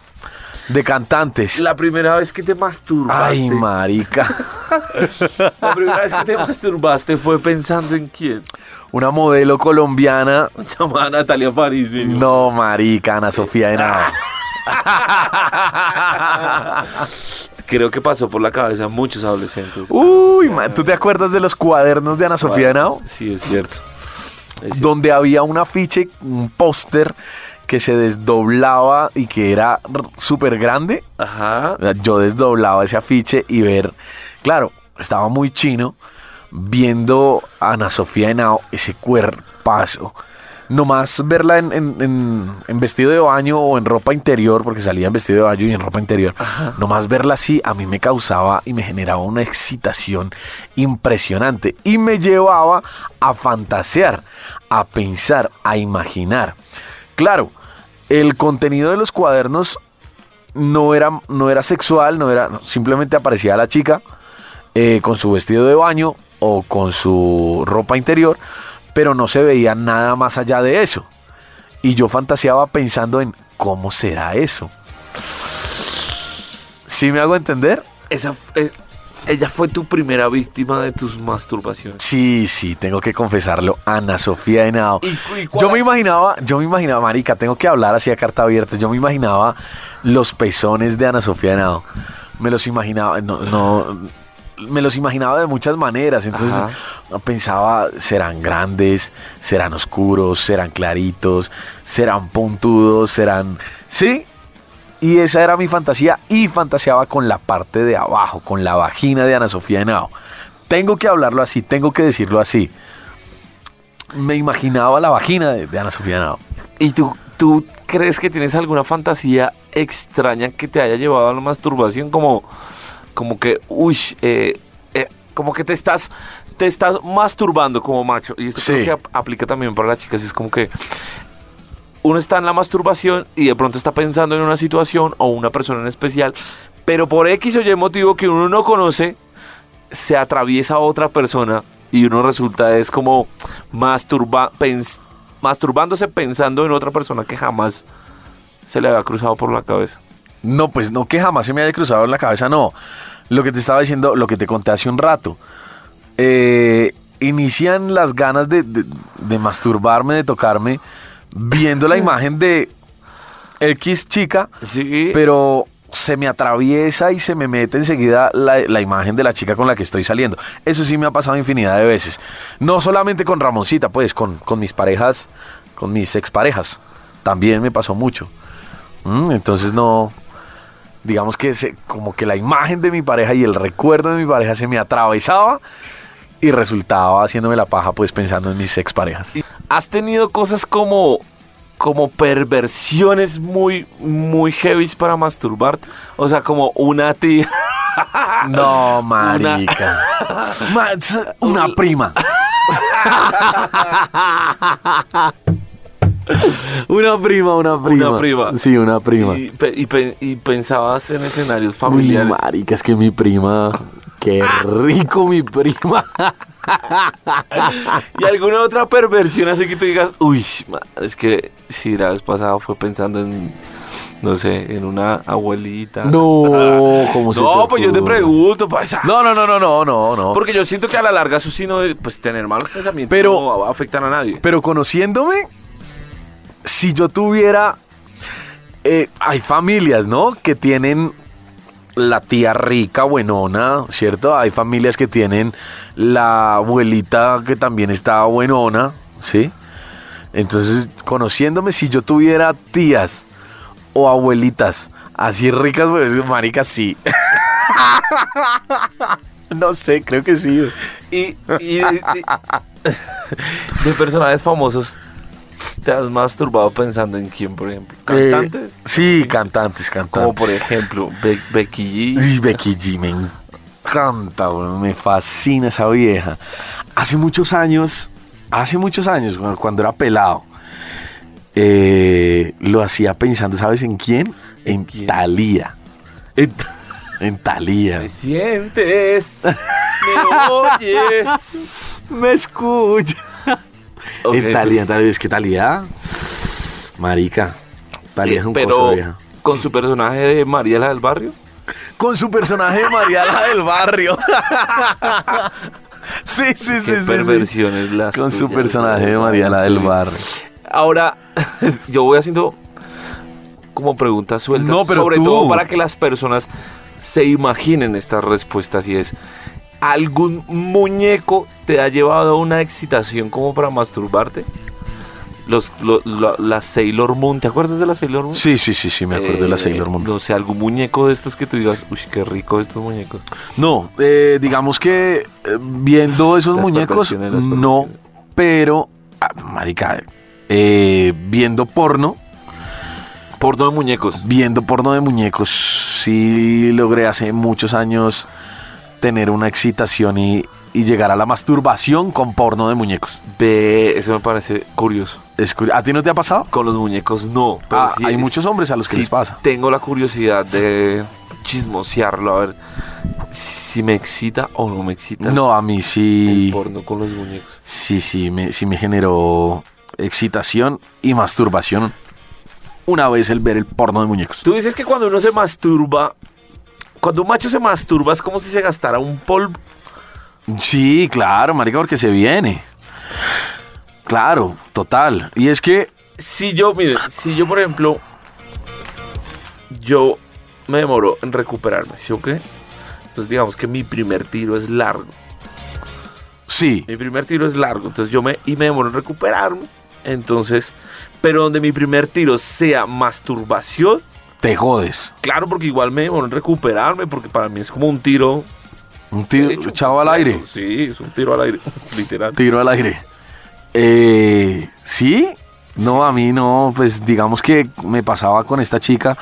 De cantantes. La primera vez que te masturbaste. Ay, marica. La primera vez que te masturbaste fue pensando en quién. Una modelo colombiana. Llamada Natalia París, mi hijo. No, marica, Ana Sofía de nada. Creo que pasó por la cabeza a muchos adolescentes. Uy, man, ¿tú te acuerdas de los cuadernos de Ana Uh, Sofía de Henao? Sí, es cierto. Es cierto. donde había un afiche, un póster que se desdoblaba y que era r- súper grande. Ajá. O sea, Yo desdoblaba ese afiche y ver, claro, estaba muy chino viendo a Ana Sofía Henao, ese cuerpazo. Nomás verla en, en- en- en vestido de baño o en ropa interior, porque salía en vestido de baño y en ropa interior, nomás verla así a mí me causaba y me generaba una excitación impresionante y me llevaba a fantasear, a pensar, a imaginar. Claro, el contenido de los cuadernos no era, no era sexual, no era, no, simplemente aparecía la chica eh, con su vestido de baño o con su ropa interior, pero no se veía nada más allá de eso. Y yo fantaseaba pensando en cómo será eso. ¿Sí me hago entender? Esa, f- eh, ella fue tu primera víctima de tus masturbaciones. Sí, sí, tengo que confesarlo. Ana Sofía Henao. ¿Y- y cuál Yo me has- imaginaba, yo me imaginaba, marica, tengo que hablar así a carta abierta. Yo me imaginaba los pezones de Ana Sofía Henao. Me los imaginaba, no, no, me los imaginaba de muchas maneras. Entonces Ajá. pensaba, serán grandes, serán oscuros, serán claritos, serán puntudos, serán, sí, Y esa era mi fantasía y fantaseaba con la parte de abajo, con la vagina de Ana Sofía Henao. Tengo que hablarlo así, tengo que decirlo así. Me imaginaba la vagina de, de Ana Sofía Henao. ¿Y tú, tú crees que tienes alguna fantasía extraña que te haya llevado a la masturbación? Como, como que, uy, eh, eh, como que te estás, te estás masturbando como macho. Y esto Sí. creo que ap- aplica también para las chicas. Es como que uno está en la masturbación y de pronto está pensando en una situación o una persona en especial, pero por X o Y motivo que uno no conoce, se atraviesa a otra persona y uno resulta es como masturba, pens- masturbándose pensando en otra persona que jamás se le había cruzado por la cabeza. No, pues no que jamás se me haya cruzado en la cabeza, no. Lo que te estaba diciendo, lo que te conté hace un rato. Eh, inician las ganas de, de- de masturbarme, de tocarme, viendo la imagen de X chica, Sí, pero se me atraviesa y se me mete enseguida la, la imagen de la chica con la que estoy saliendo. Eso sí me ha pasado infinidad de veces. No solamente con Ramoncita, pues, con, con mis parejas, con mis exparejas. También me pasó mucho. Mm, entonces no... Digamos que se- como que la imagen de mi pareja y el recuerdo de mi pareja se me atravesaba y resultaba haciéndome la paja pues pensando en mis exparejas. has tenido cosas como como perversiones muy muy heavy para masturbarte, o sea, como una tía No, marica. Ma- Una, prima. una prima, una prima. prima. Sí, una prima. y, pe- y pe- y pensabas en escenarios Uy, familiares. marica, es que mi prima. Qué rico mi prima. ¿Y alguna otra perversión así que tú digas, uy, ma- es que si la vez pasada fue pensando en, no sé, en una abuelita? No, como se No, pues yo te ocurre? pregunto, paisa. No, no, no, no, no, no, no. Porque yo siento que a la larga eso sí no, pues tener malos pensamientos Pero- no va a afectar a nadie. Pero conociéndome, si yo tuviera. eh, hay familias, ¿no? Que tienen la tía rica, buenona, ¿cierto? Hay familias que tienen la abuelita que también está buenona, ¿sí? Entonces, conociéndome, si yo tuviera tías o abuelitas así ricas, pues, marica, sí. no sé, creo que sí. Y, y- y- de personajes famosos, ¿te has masturbado pensando en quién, por ejemplo? ¿Cantantes? Eh, sí, cantantes, cantantes. Como por ejemplo, Be- Becky G. Y Becky G me encanta, weón, me fascina esa vieja. Hace muchos años, hace muchos años, weón, cuando era pelado, eh, lo hacía pensando, ¿sabes en quién? En, quién? Talía. En- Pues, En Talía. Me sientes, me oyes. Me escucha. Ok, En Talía, en Talía. Es que Talía. Marica. Talía es un Eh, pero coso, vieja. con su personaje de Mariela del Barrio. Con su personaje de María la del Barrio. sí, sí, sí, Qué sí, sí. perversiones las Con su tuyas, personaje de ¿no? María la del Sí. Barrio. Ahora, yo voy haciendo como preguntas sueltas. No, pero sobre tú. todo para que las personas se imaginen estas respuestas y es. ¿Algún muñeco te ha llevado a una excitación como para masturbarte? Los, lo- la- la Sailor Moon, ¿te acuerdas de la Sailor Moon? Sí, sí, sí, sí, me acuerdo de la Eh, Sailor Moon. No sé, algún muñeco de estos que tú digas, uy, qué rico estos muñecos. No, eh, digamos que eh, viendo esos Las muñecos, perversiones, las no, perversiones. pero, ah, marica, eh, viendo porno, Porno de muñecos. viendo porno de muñecos, sí logré hace muchos años tener una excitación y, y llegar a la masturbación con porno de muñecos. Ve, eso me parece curioso. Es curi- ¿A ti no te ha pasado? Con los muñecos no. pero Ah, Pues sí hay es- muchos hombres a los que sí les pasa. Tengo la curiosidad de chismosearlo, a ver si me excita o no me excita. No, a mí sí. El porno con los muñecos. Sí, sí, me, sí me generó excitación y masturbación una vez el ver el porno de muñecos. Tú dices que cuando uno se masturba, cuando un macho se masturba es como si se gastara un polvo. Sí, claro, marica, porque se viene. Claro, total. Y es que, Si yo, mire, si yo, por ejemplo, yo me demoro en recuperarme, ¿sí o qué? Entonces digamos que mi primer tiro es largo. sí, Mi primer tiro es largo, entonces yo me y me demoro en recuperarme. Entonces, pero donde mi primer tiro sea masturbación, te jodes. Claro, porque igual me demoró en recuperarme, porque para mí es como un tiro. Un tiro hecho, echado al aire. Sí, es un tiro al aire, literal. Tiro al aire. Eh, ¿Sí? No, a mí no, pues digamos que me pasaba con esta chica,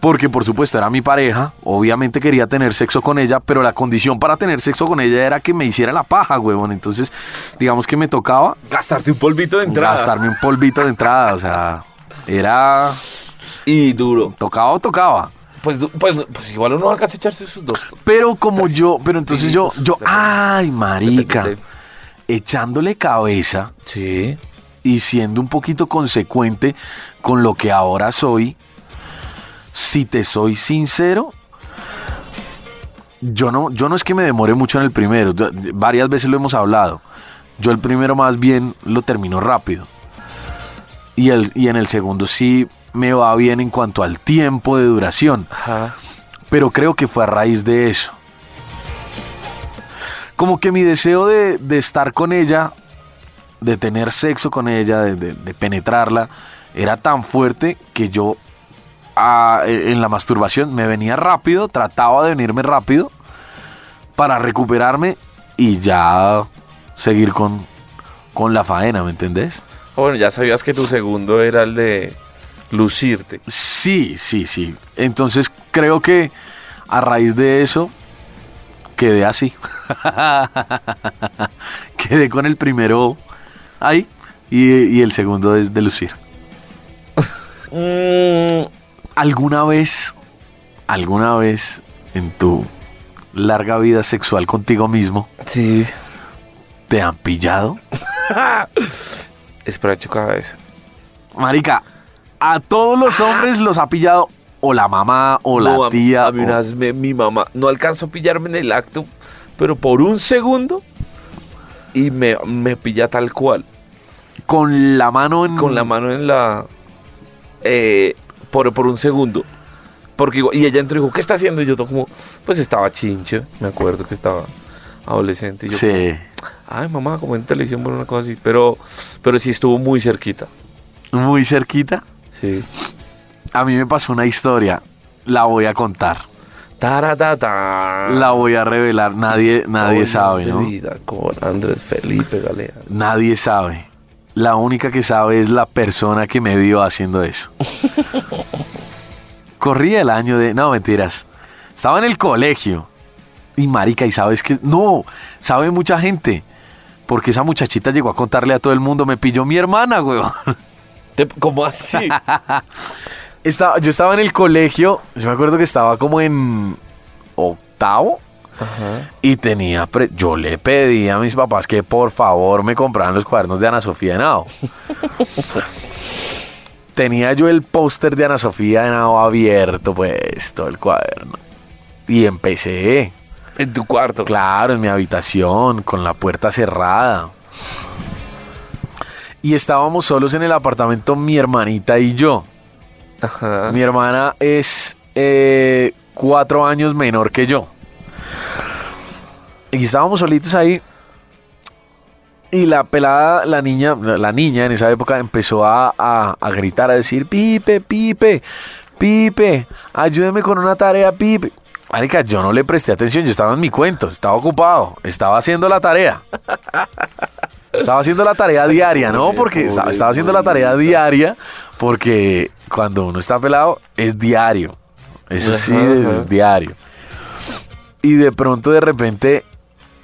porque por supuesto era mi pareja, obviamente quería tener sexo con ella, pero la condición para tener sexo con ella era que me hiciera la paja, huevón. Entonces, digamos que me tocaba Gastarte un polvito de entrada. gastarme un polvito de entrada, o sea, era... Y duro. Tocaba o tocaba. Pues, du- pues, pues igual uno alcanza a echarse sus dos. Pero como Tres yo, pero entonces yo, tiritos, yo, pues, depende. ay, marica, Depende. echándole cabeza Sí. y siendo un poquito consecuente con lo que ahora soy, si te soy sincero, yo no, yo no es que me demore mucho en el primero, yo- varias veces lo hemos hablado, yo el primero más bien lo termino rápido y, el, y en el segundo sí me va bien en cuanto al tiempo de duración Ajá. pero creo que fue a raíz de eso. Como que mi deseo de, de estar con ella, de tener sexo con ella, de, de- de penetrarla, era tan fuerte que yo ah, e- en la masturbación me venía rápido, trataba de venirme rápido para recuperarme y ya seguir con, con la faena, ¿me entendés? Bueno, ya sabías que tu segundo era el de lucirte. Sí, sí, sí. Entonces creo que a raíz de eso quedé así. quedé con el primero ahí y, y el segundo es de lucir. Mm, ¿Alguna vez, alguna vez en tu larga vida sexual contigo mismo sí. te han pillado? Espera, choca cabeza. Marica, a todos los hombres los ha pillado o la mamá o la No, a mí- tía. oh. A mí o- una vez me- mi mamá no alcanzó a pillarme en el acto, pero por un segundo y me, me pilla tal cual. Con la mano en... Con la mano en la. eh, por, por un segundo. Porque, igual- y ella entró y dijo, ¿qué está haciendo? Y yo todo como, pues estaba chinche, me acuerdo que estaba adolescente. Y yo, Sí. ay mamá, como en televisión, bueno, una cosa así. Pero, pero sí estuvo muy cerquita. Muy cerquita. Sí. A mí me pasó una historia. La voy a contar. Taratata. La voy a revelar. Nadie, nadie Historias sabe, Pues, de ¿no? vida con Andrés Felipe Galea. Nadie sabe. La única que sabe es la persona que me vio haciendo eso. Corría el año de... No, mentiras. Estaba en el colegio. Y marica, y sabes que... No, sabe mucha gente. Porque esa muchachita llegó a contarle a todo el mundo. Me pilló mi hermana, weón. Te- ¿Cómo así? Estaba- yo estaba en el colegio, yo me acuerdo que estaba como en octavo y tenía, pre- yo le pedí a mis papás que por favor me compraran los cuadernos de Ana Sofía Henao. tenía yo el póster de Ana Sofía Henao abierto, pues, todo el cuaderno. Y empecé, en tu cuarto. claro, en mi habitación, con la puerta cerrada. Y estábamos solos en el apartamento mi hermanita y yo. Ajá. Mi hermana es eh, cuatro años menor que yo. Y estábamos solitos ahí. Y la pelada, la niña, la niña en esa época empezó a, a- a gritar, a decir, Pipe, Pipe, Pipe, ayúdeme con una tarea, Pipe. Marica, yo no le presté atención, yo estaba en mi cuento, estaba ocupado, estaba haciendo la tarea. Estaba haciendo la tarea diaria, ¿no? Pobre, Porque esta- pobre estaba haciendo la tarea diaria, porque cuando uno está pelado es diario. Eso sí Ajá, es ajá. diario. Y de pronto, de repente,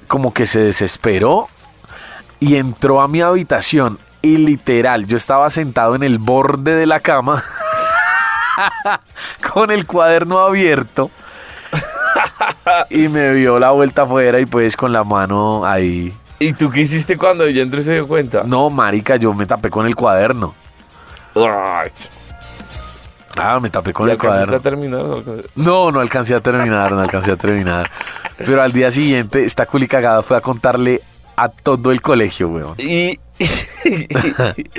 como que se desesperó y entró a mi habitación. Y literal, yo estaba sentado en el borde de la cama con el cuaderno abierto. Y me dio la vuelta afuera y pues con la mano ahí ¿Y tú qué hiciste cuando ella entró y se dio cuenta? no, marica, yo me tapé con el cuaderno. Ay, Ah, me tapé con ¿y el alcanzaste cuaderno. a terminar? o no alcanzaste? No, no alcancé a terminar, no alcancé a terminar. Pero al día siguiente, esta culi cagada fue a contarle a todo el colegio, weón. Y,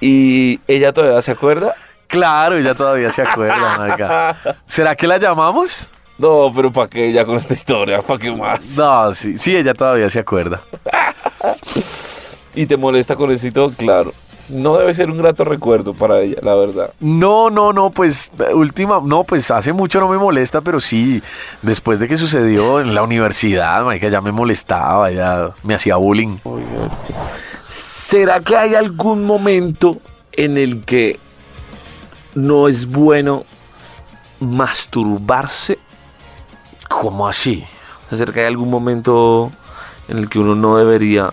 y ella todavía se acuerda. Claro, ella todavía se acuerda, marica. ¿Será que la llamamos? No, pero ¿para qué ella con esta historia? ¿Para qué más? No, sí, sí, ella todavía se acuerda. ¿Y te molesta con eso y todo? Claro. no debe ser un grato recuerdo para ella, la verdad. No, no, no, pues última, no, pues hace mucho no me molesta, pero sí, después de que sucedió en la universidad, marica, ya me molestaba, ya me hacía bullying. ¿Será que hay algún momento en el que no es bueno masturbarse? ¿Cómo así? ¿Acerca de algún momento en el que uno no debería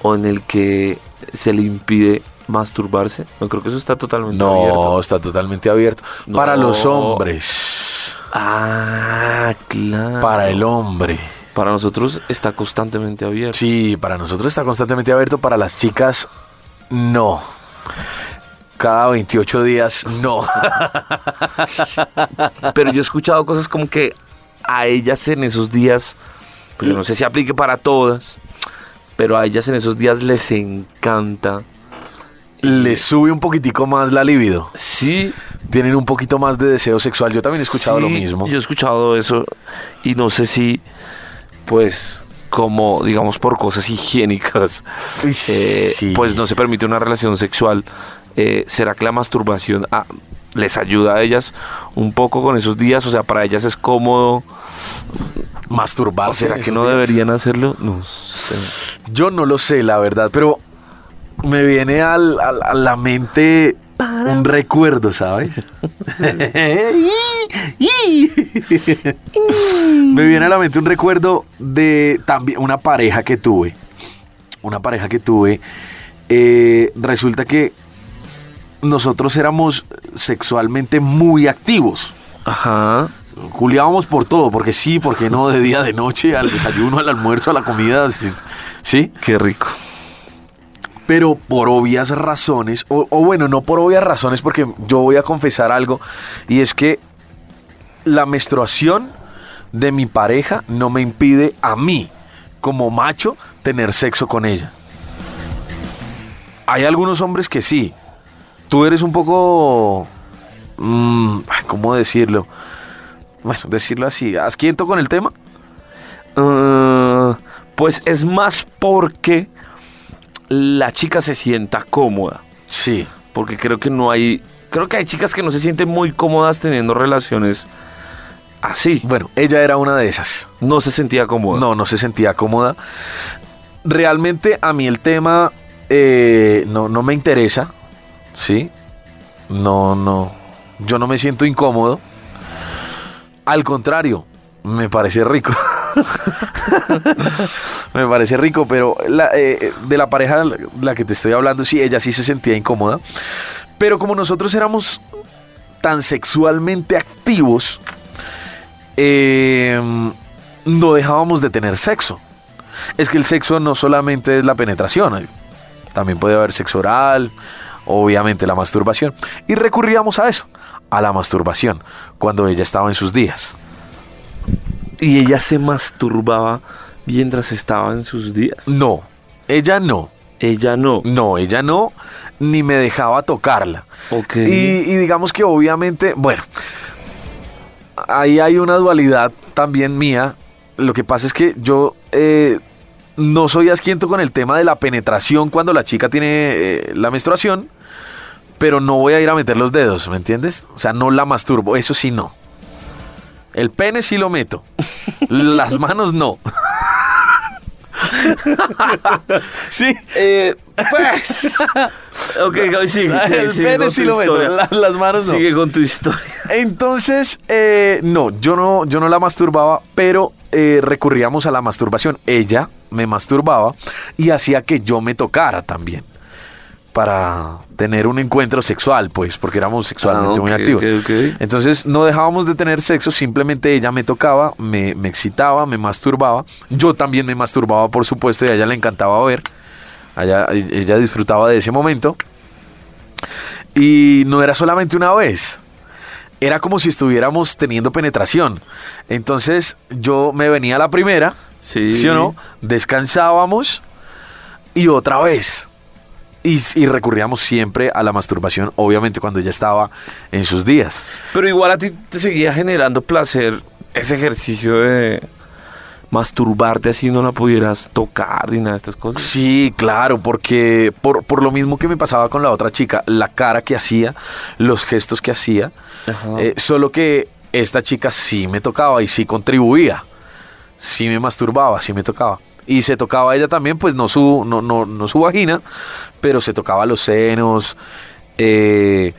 o en el que se le impide masturbarse? No creo que eso está totalmente No, abierto. está totalmente abierto. No. Para los hombres. Ah, claro. Para el hombre. Para nosotros está constantemente abierto. Sí, para nosotros está constantemente abierto, para las chicas no. Cada 28 días no. Pero yo he escuchado cosas como que a ellas en esos días, pero no sé si aplique para todas, pero a ellas en esos días les encanta. Le sube un poquitico más la libido. Sí, Tienen un poquito más de deseo sexual. Yo también he escuchado lo sí, mismo. Yo he escuchado eso y no sé si, pues, como digamos por cosas higiénicas, eh, Sí. pues no se permite una relación sexual. eh, ¿Será que la masturbación ah, les ayuda a ellas un poco con esos días? O sea, para ellas es cómodo. ¿O Masturbarse. será en que esos no días. deberían hacerlo? No sé. Yo no lo sé, la verdad, pero me viene al- al- a la mente un recuerdo, ¿sabes? me viene a la mente un recuerdo de también una pareja que tuve. Una pareja que tuve. eh, resulta que nosotros éramos sexualmente muy activos. Ajá. Juliábamos por todo, porque sí, porque no, de día, de noche, al desayuno, al almuerzo, a la comida, sí- sí. Qué rico. pero por obvias razones, o, o bueno, no por obvias razones, porque yo voy a confesar algo, y es que la menstruación de mi pareja no me impide a mí, como macho, tener sexo con ella. Hay algunos hombres que sí. Tú eres un poco... mm, ay, ¿Cómo decirlo? Bueno, decirlo así, asquiento con el tema. Ah, pues es más porque la chica se sienta cómoda. Sí. Porque creo que no hay. Creo que hay chicas que no se sienten muy cómodas teniendo relaciones así. Bueno, ella era una de esas. No se sentía cómoda. No, no se sentía cómoda. Realmente a mí el tema eh, no, no me interesa, ¿sí? No, no. Yo no me siento incómodo. Al contrario, me parece rico. me parece rico, pero la, eh, de la pareja de la que te estoy hablando, sí, ella sí se sentía incómoda. Pero como nosotros éramos tan sexualmente activos, eh, no dejábamos de tener sexo. Es que el sexo no solamente es la penetración, hay- también puede haber sexo oral, obviamente la masturbación. Y recurríamos a eso, a la masturbación, cuando ella estaba en sus días. Y ella se masturbaba mientras estaba en sus días. No, ella no, Ella no. no, ella no, ni me dejaba tocarla. Ok. Y, y digamos que obviamente, bueno, ahí hay una dualidad también mía. Lo que pasa es que yo eh, no soy asquiento con el tema de la penetración cuando la chica tiene eh, la menstruación, pero no voy a ir a meter los dedos, ¿me entiendes? O sea, no la masturbo, eso sí no. El pene sí lo meto, las manos no. sí, Eh, pues. ok, Gaby, sigue. sigue, el sigue pene con sí tu lo meto, historia. las, las manos no. Sigue con tu historia. Entonces, eh, no, yo no, yo no la masturbaba, pero eh, recurríamos a la masturbación. Ella me masturbaba y hacía que yo me tocara también para tener un encuentro sexual, pues, porque éramos sexualmente Ah, muy ok, activos. ok, ok. Entonces no dejábamos de tener sexo, simplemente ella me tocaba, me, me excitaba, me masturbaba. Yo también me masturbaba, por supuesto, y a ella le encantaba ver. A Ella, ella disfrutaba de ese momento. Y no era solamente una vez. Era como si estuviéramos teniendo penetración. Entonces yo me venía a la primera, Sí. ¿sí o no? Descansábamos y otra vez. Y, y recurríamos siempre a la masturbación, obviamente cuando ella estaba en sus días. Pero igual a ti te seguía generando placer ese ejercicio de masturbarte así no la pudieras tocar ni nada de estas cosas. Sí, claro, porque por, por lo mismo que me pasaba con la otra chica, la cara que hacía, los gestos que hacía, Ajá. eh, solo que esta chica sí me tocaba y sí contribuía, sí me masturbaba, sí me tocaba. Y se tocaba ella también, pues no su, no, no, no su vagina, pero se tocaba los senos. eh,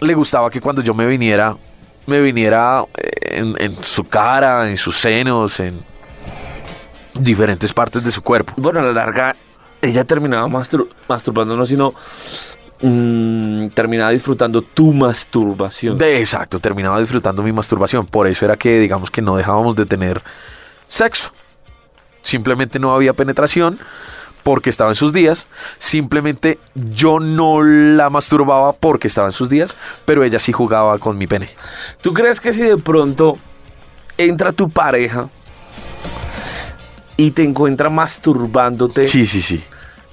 le gustaba que cuando yo me viniera, me viniera eh, en, en su cara, en sus senos, en diferentes partes de su cuerpo. Bueno, a la larga, ella terminaba mastur- masturbando, no, sino mm, terminaba disfrutando tu masturbación. De exacto, terminaba disfrutando mi masturbación. Por eso era que, digamos que no dejábamos de tener sexo. Simplemente no había penetración porque estaba en sus días. Simplemente yo no la masturbaba porque estaba en sus días, pero ella sí jugaba con mi pene. ¿Tú crees que si de pronto entra tu pareja y te encuentra masturbándote, Sí, sí, sí.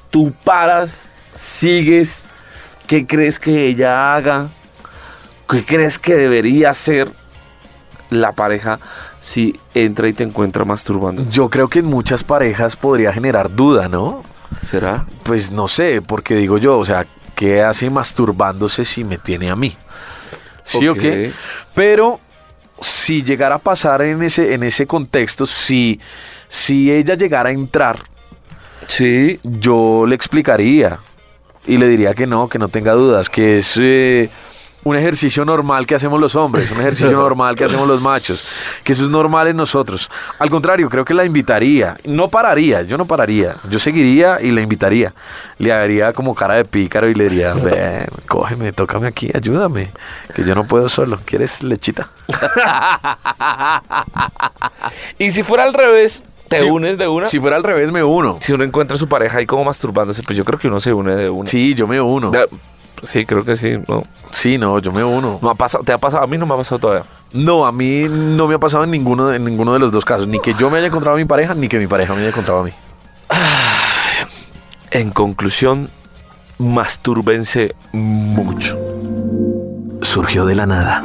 tú paras, sigues, qué crees que ella haga, qué crees que debería hacer la pareja si entra y te encuentra masturbándote? Yo creo que en muchas parejas podría generar duda, ¿no? ¿Será? Pues no sé, porque digo yo, o sea, ¿qué hace masturbándose si me tiene a mí? ¿Sí Ok. o qué? Pero si llegara a pasar en ese, en ese contexto, si, si ella llegara a entrar, Sí. yo le explicaría y le diría que no, que no tenga dudas, que es eh, un ejercicio normal que hacemos los hombres, un ejercicio normal que hacemos los machos, que eso es normal en nosotros. Al contrario, creo que la invitaría, no pararía, yo no pararía, yo seguiría y la invitaría. Le haría como cara de pícaro y le diría, ven, cógeme, tócame aquí, ayúdame, que yo no puedo solo, ¿quieres lechita? Y si fuera al revés, te Sí. unes de una. Si fuera al revés, me uno. Si uno encuentra a su pareja ahí como masturbándose, pues yo creo que uno se une de una. Sí, yo me uno. Da- Sí, creo que sí. No, Sí, no, yo me uno. no ha pasado, te ha pasado, a mí no me ha pasado todavía. No, a mí no me ha pasado en ninguno, en ninguno de los dos casos. Ni que yo me haya encontrado a mi pareja, ni que mi pareja me haya encontrado a mí. En conclusión, mastúrbense mucho. Surgió de la nada.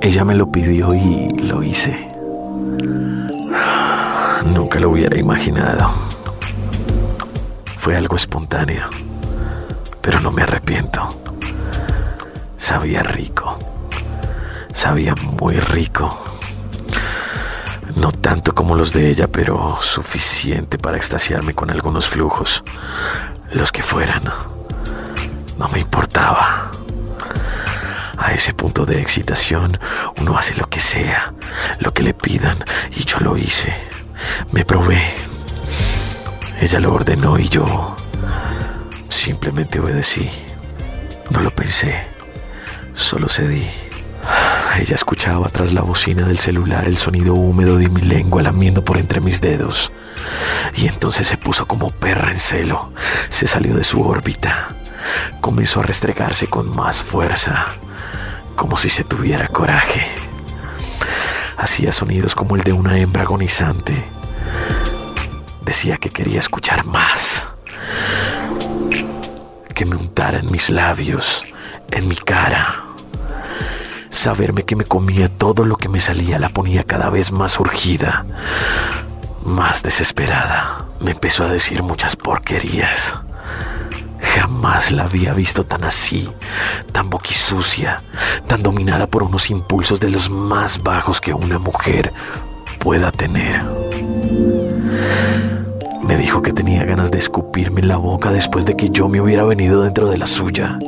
Ella me lo pidió y lo hice. Nunca lo hubiera imaginado. Fue algo espontáneo, pero no me arrepiento. Sabía rico. Sabía muy rico. No tanto como los de ella, pero suficiente para extasiarme con algunos flujos. Los que fueran. No me importaba. A ese punto de excitación, uno hace lo que sea, lo que le pidan, y yo lo hice. Me probé. Ella lo ordenó y yo simplemente obedecí. No lo pensé, solo cedí. Ella escuchaba tras la bocina del celular el sonido húmedo de mi lengua lamiendo por entre mis dedos. Y entonces se puso como perra en celo. Se salió de su órbita. Comenzó a restregarse con más fuerza, como si se tuviera coraje. Hacía sonidos como el de una hembra agonizante. Decía que quería escuchar más. Que me untara en mis labios, en mi cara. Saberme que me comía todo lo que me salía la ponía cada vez más urgida más desesperada, me empezó a decir muchas porquerías. Jamás la había visto tan así, tan boquisucia, tan dominada por unos impulsos de los más bajos que una mujer pueda tener. Me dijo que tenía ganas de escupirme en la boca después de que yo me hubiera venido dentro de la suya.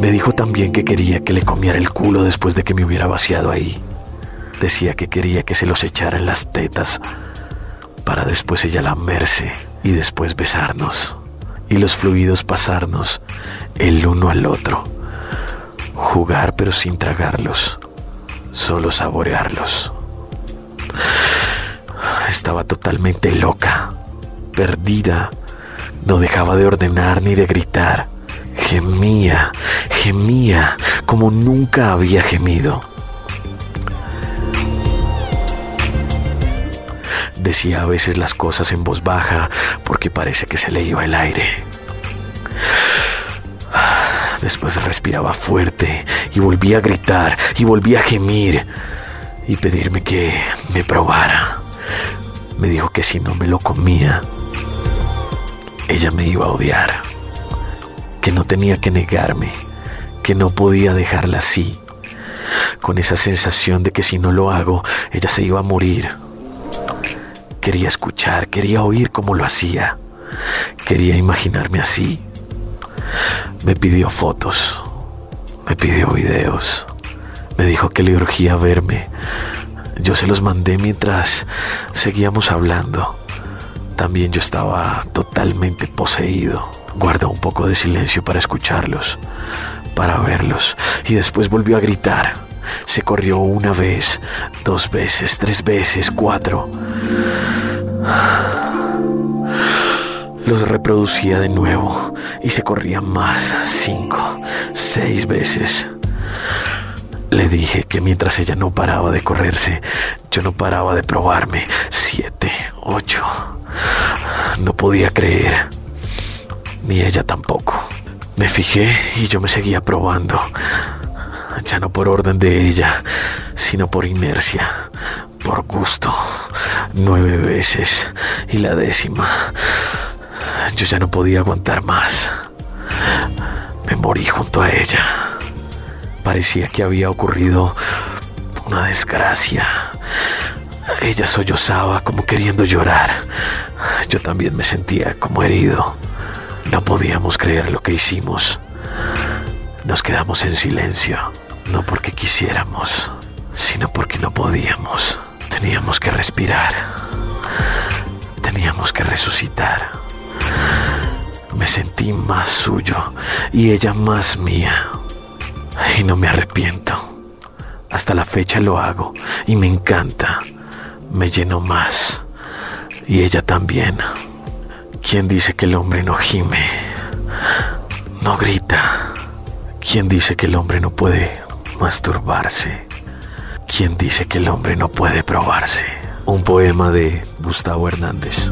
Me dijo también que quería que le comiera el culo después de que me hubiera vaciado ahí. Decía que quería que se los echara en las tetas para después ella lamerse y después besarnos y los fluidos pasarnos el uno al otro. Jugar pero sin tragarlos, solo saborearlos. Estaba totalmente loca, perdida, no dejaba de ordenar ni de gritar. Gemía, gemía, como nunca había gemido. Decía a veces las cosas en voz baja porque parece que se le iba el aire. Después respiraba fuerte y volvía a gritar y volvía a gemir. y pedirme que me probara. Me dijo que si no me lo comía, ella me iba a odiar, que no tenía que negarme, que no podía dejarla así, con esa sensación de que si no lo hago, ella se iba a morir. Quería escuchar, quería oír cómo lo hacía, quería imaginarme así. Me pidió fotos, me pidió videos, me dijo que le urgía verme. Yo se los mandé mientras seguíamos hablando. También yo estaba totalmente poseído. Guardó un poco de silencio para escucharlos, para verlos, y después volvió a gritar. Se corrió una vez, dos veces, tres veces, cuatro. Los reproducía de nuevo y se corría más, cinco, seis veces. Le dije que mientras ella no paraba de correrse, yo no paraba de probarme. Siete, ocho. No podía creer. Ni ella tampoco. Me fijé y yo me seguía probando. Ya no por orden de ella, sino por inercia, por gusto. Nueve veces. Y la décima. Yo ya no podía aguantar más. Me morí junto a ella. Parecía que había ocurrido una desgracia. Ella sollozaba como queriendo llorar. Yo también me sentía como herido. No podíamos creer lo que hicimos. Nos quedamos en silencio, no porque quisiéramos, sino porque no podíamos. Teníamos que respirar. Teníamos que resucitar. Me sentí más suyo y ella más mía. Y no me arrepiento. Hasta la fecha lo hago y me encanta. Me lleno más. Y ella también. ¿Quién dice que el hombre no gime? No grita. ¿Quién dice que el hombre no puede masturbarse? ¿Quién dice que el hombre no puede probarse? Un poema de Gustavo Hernández.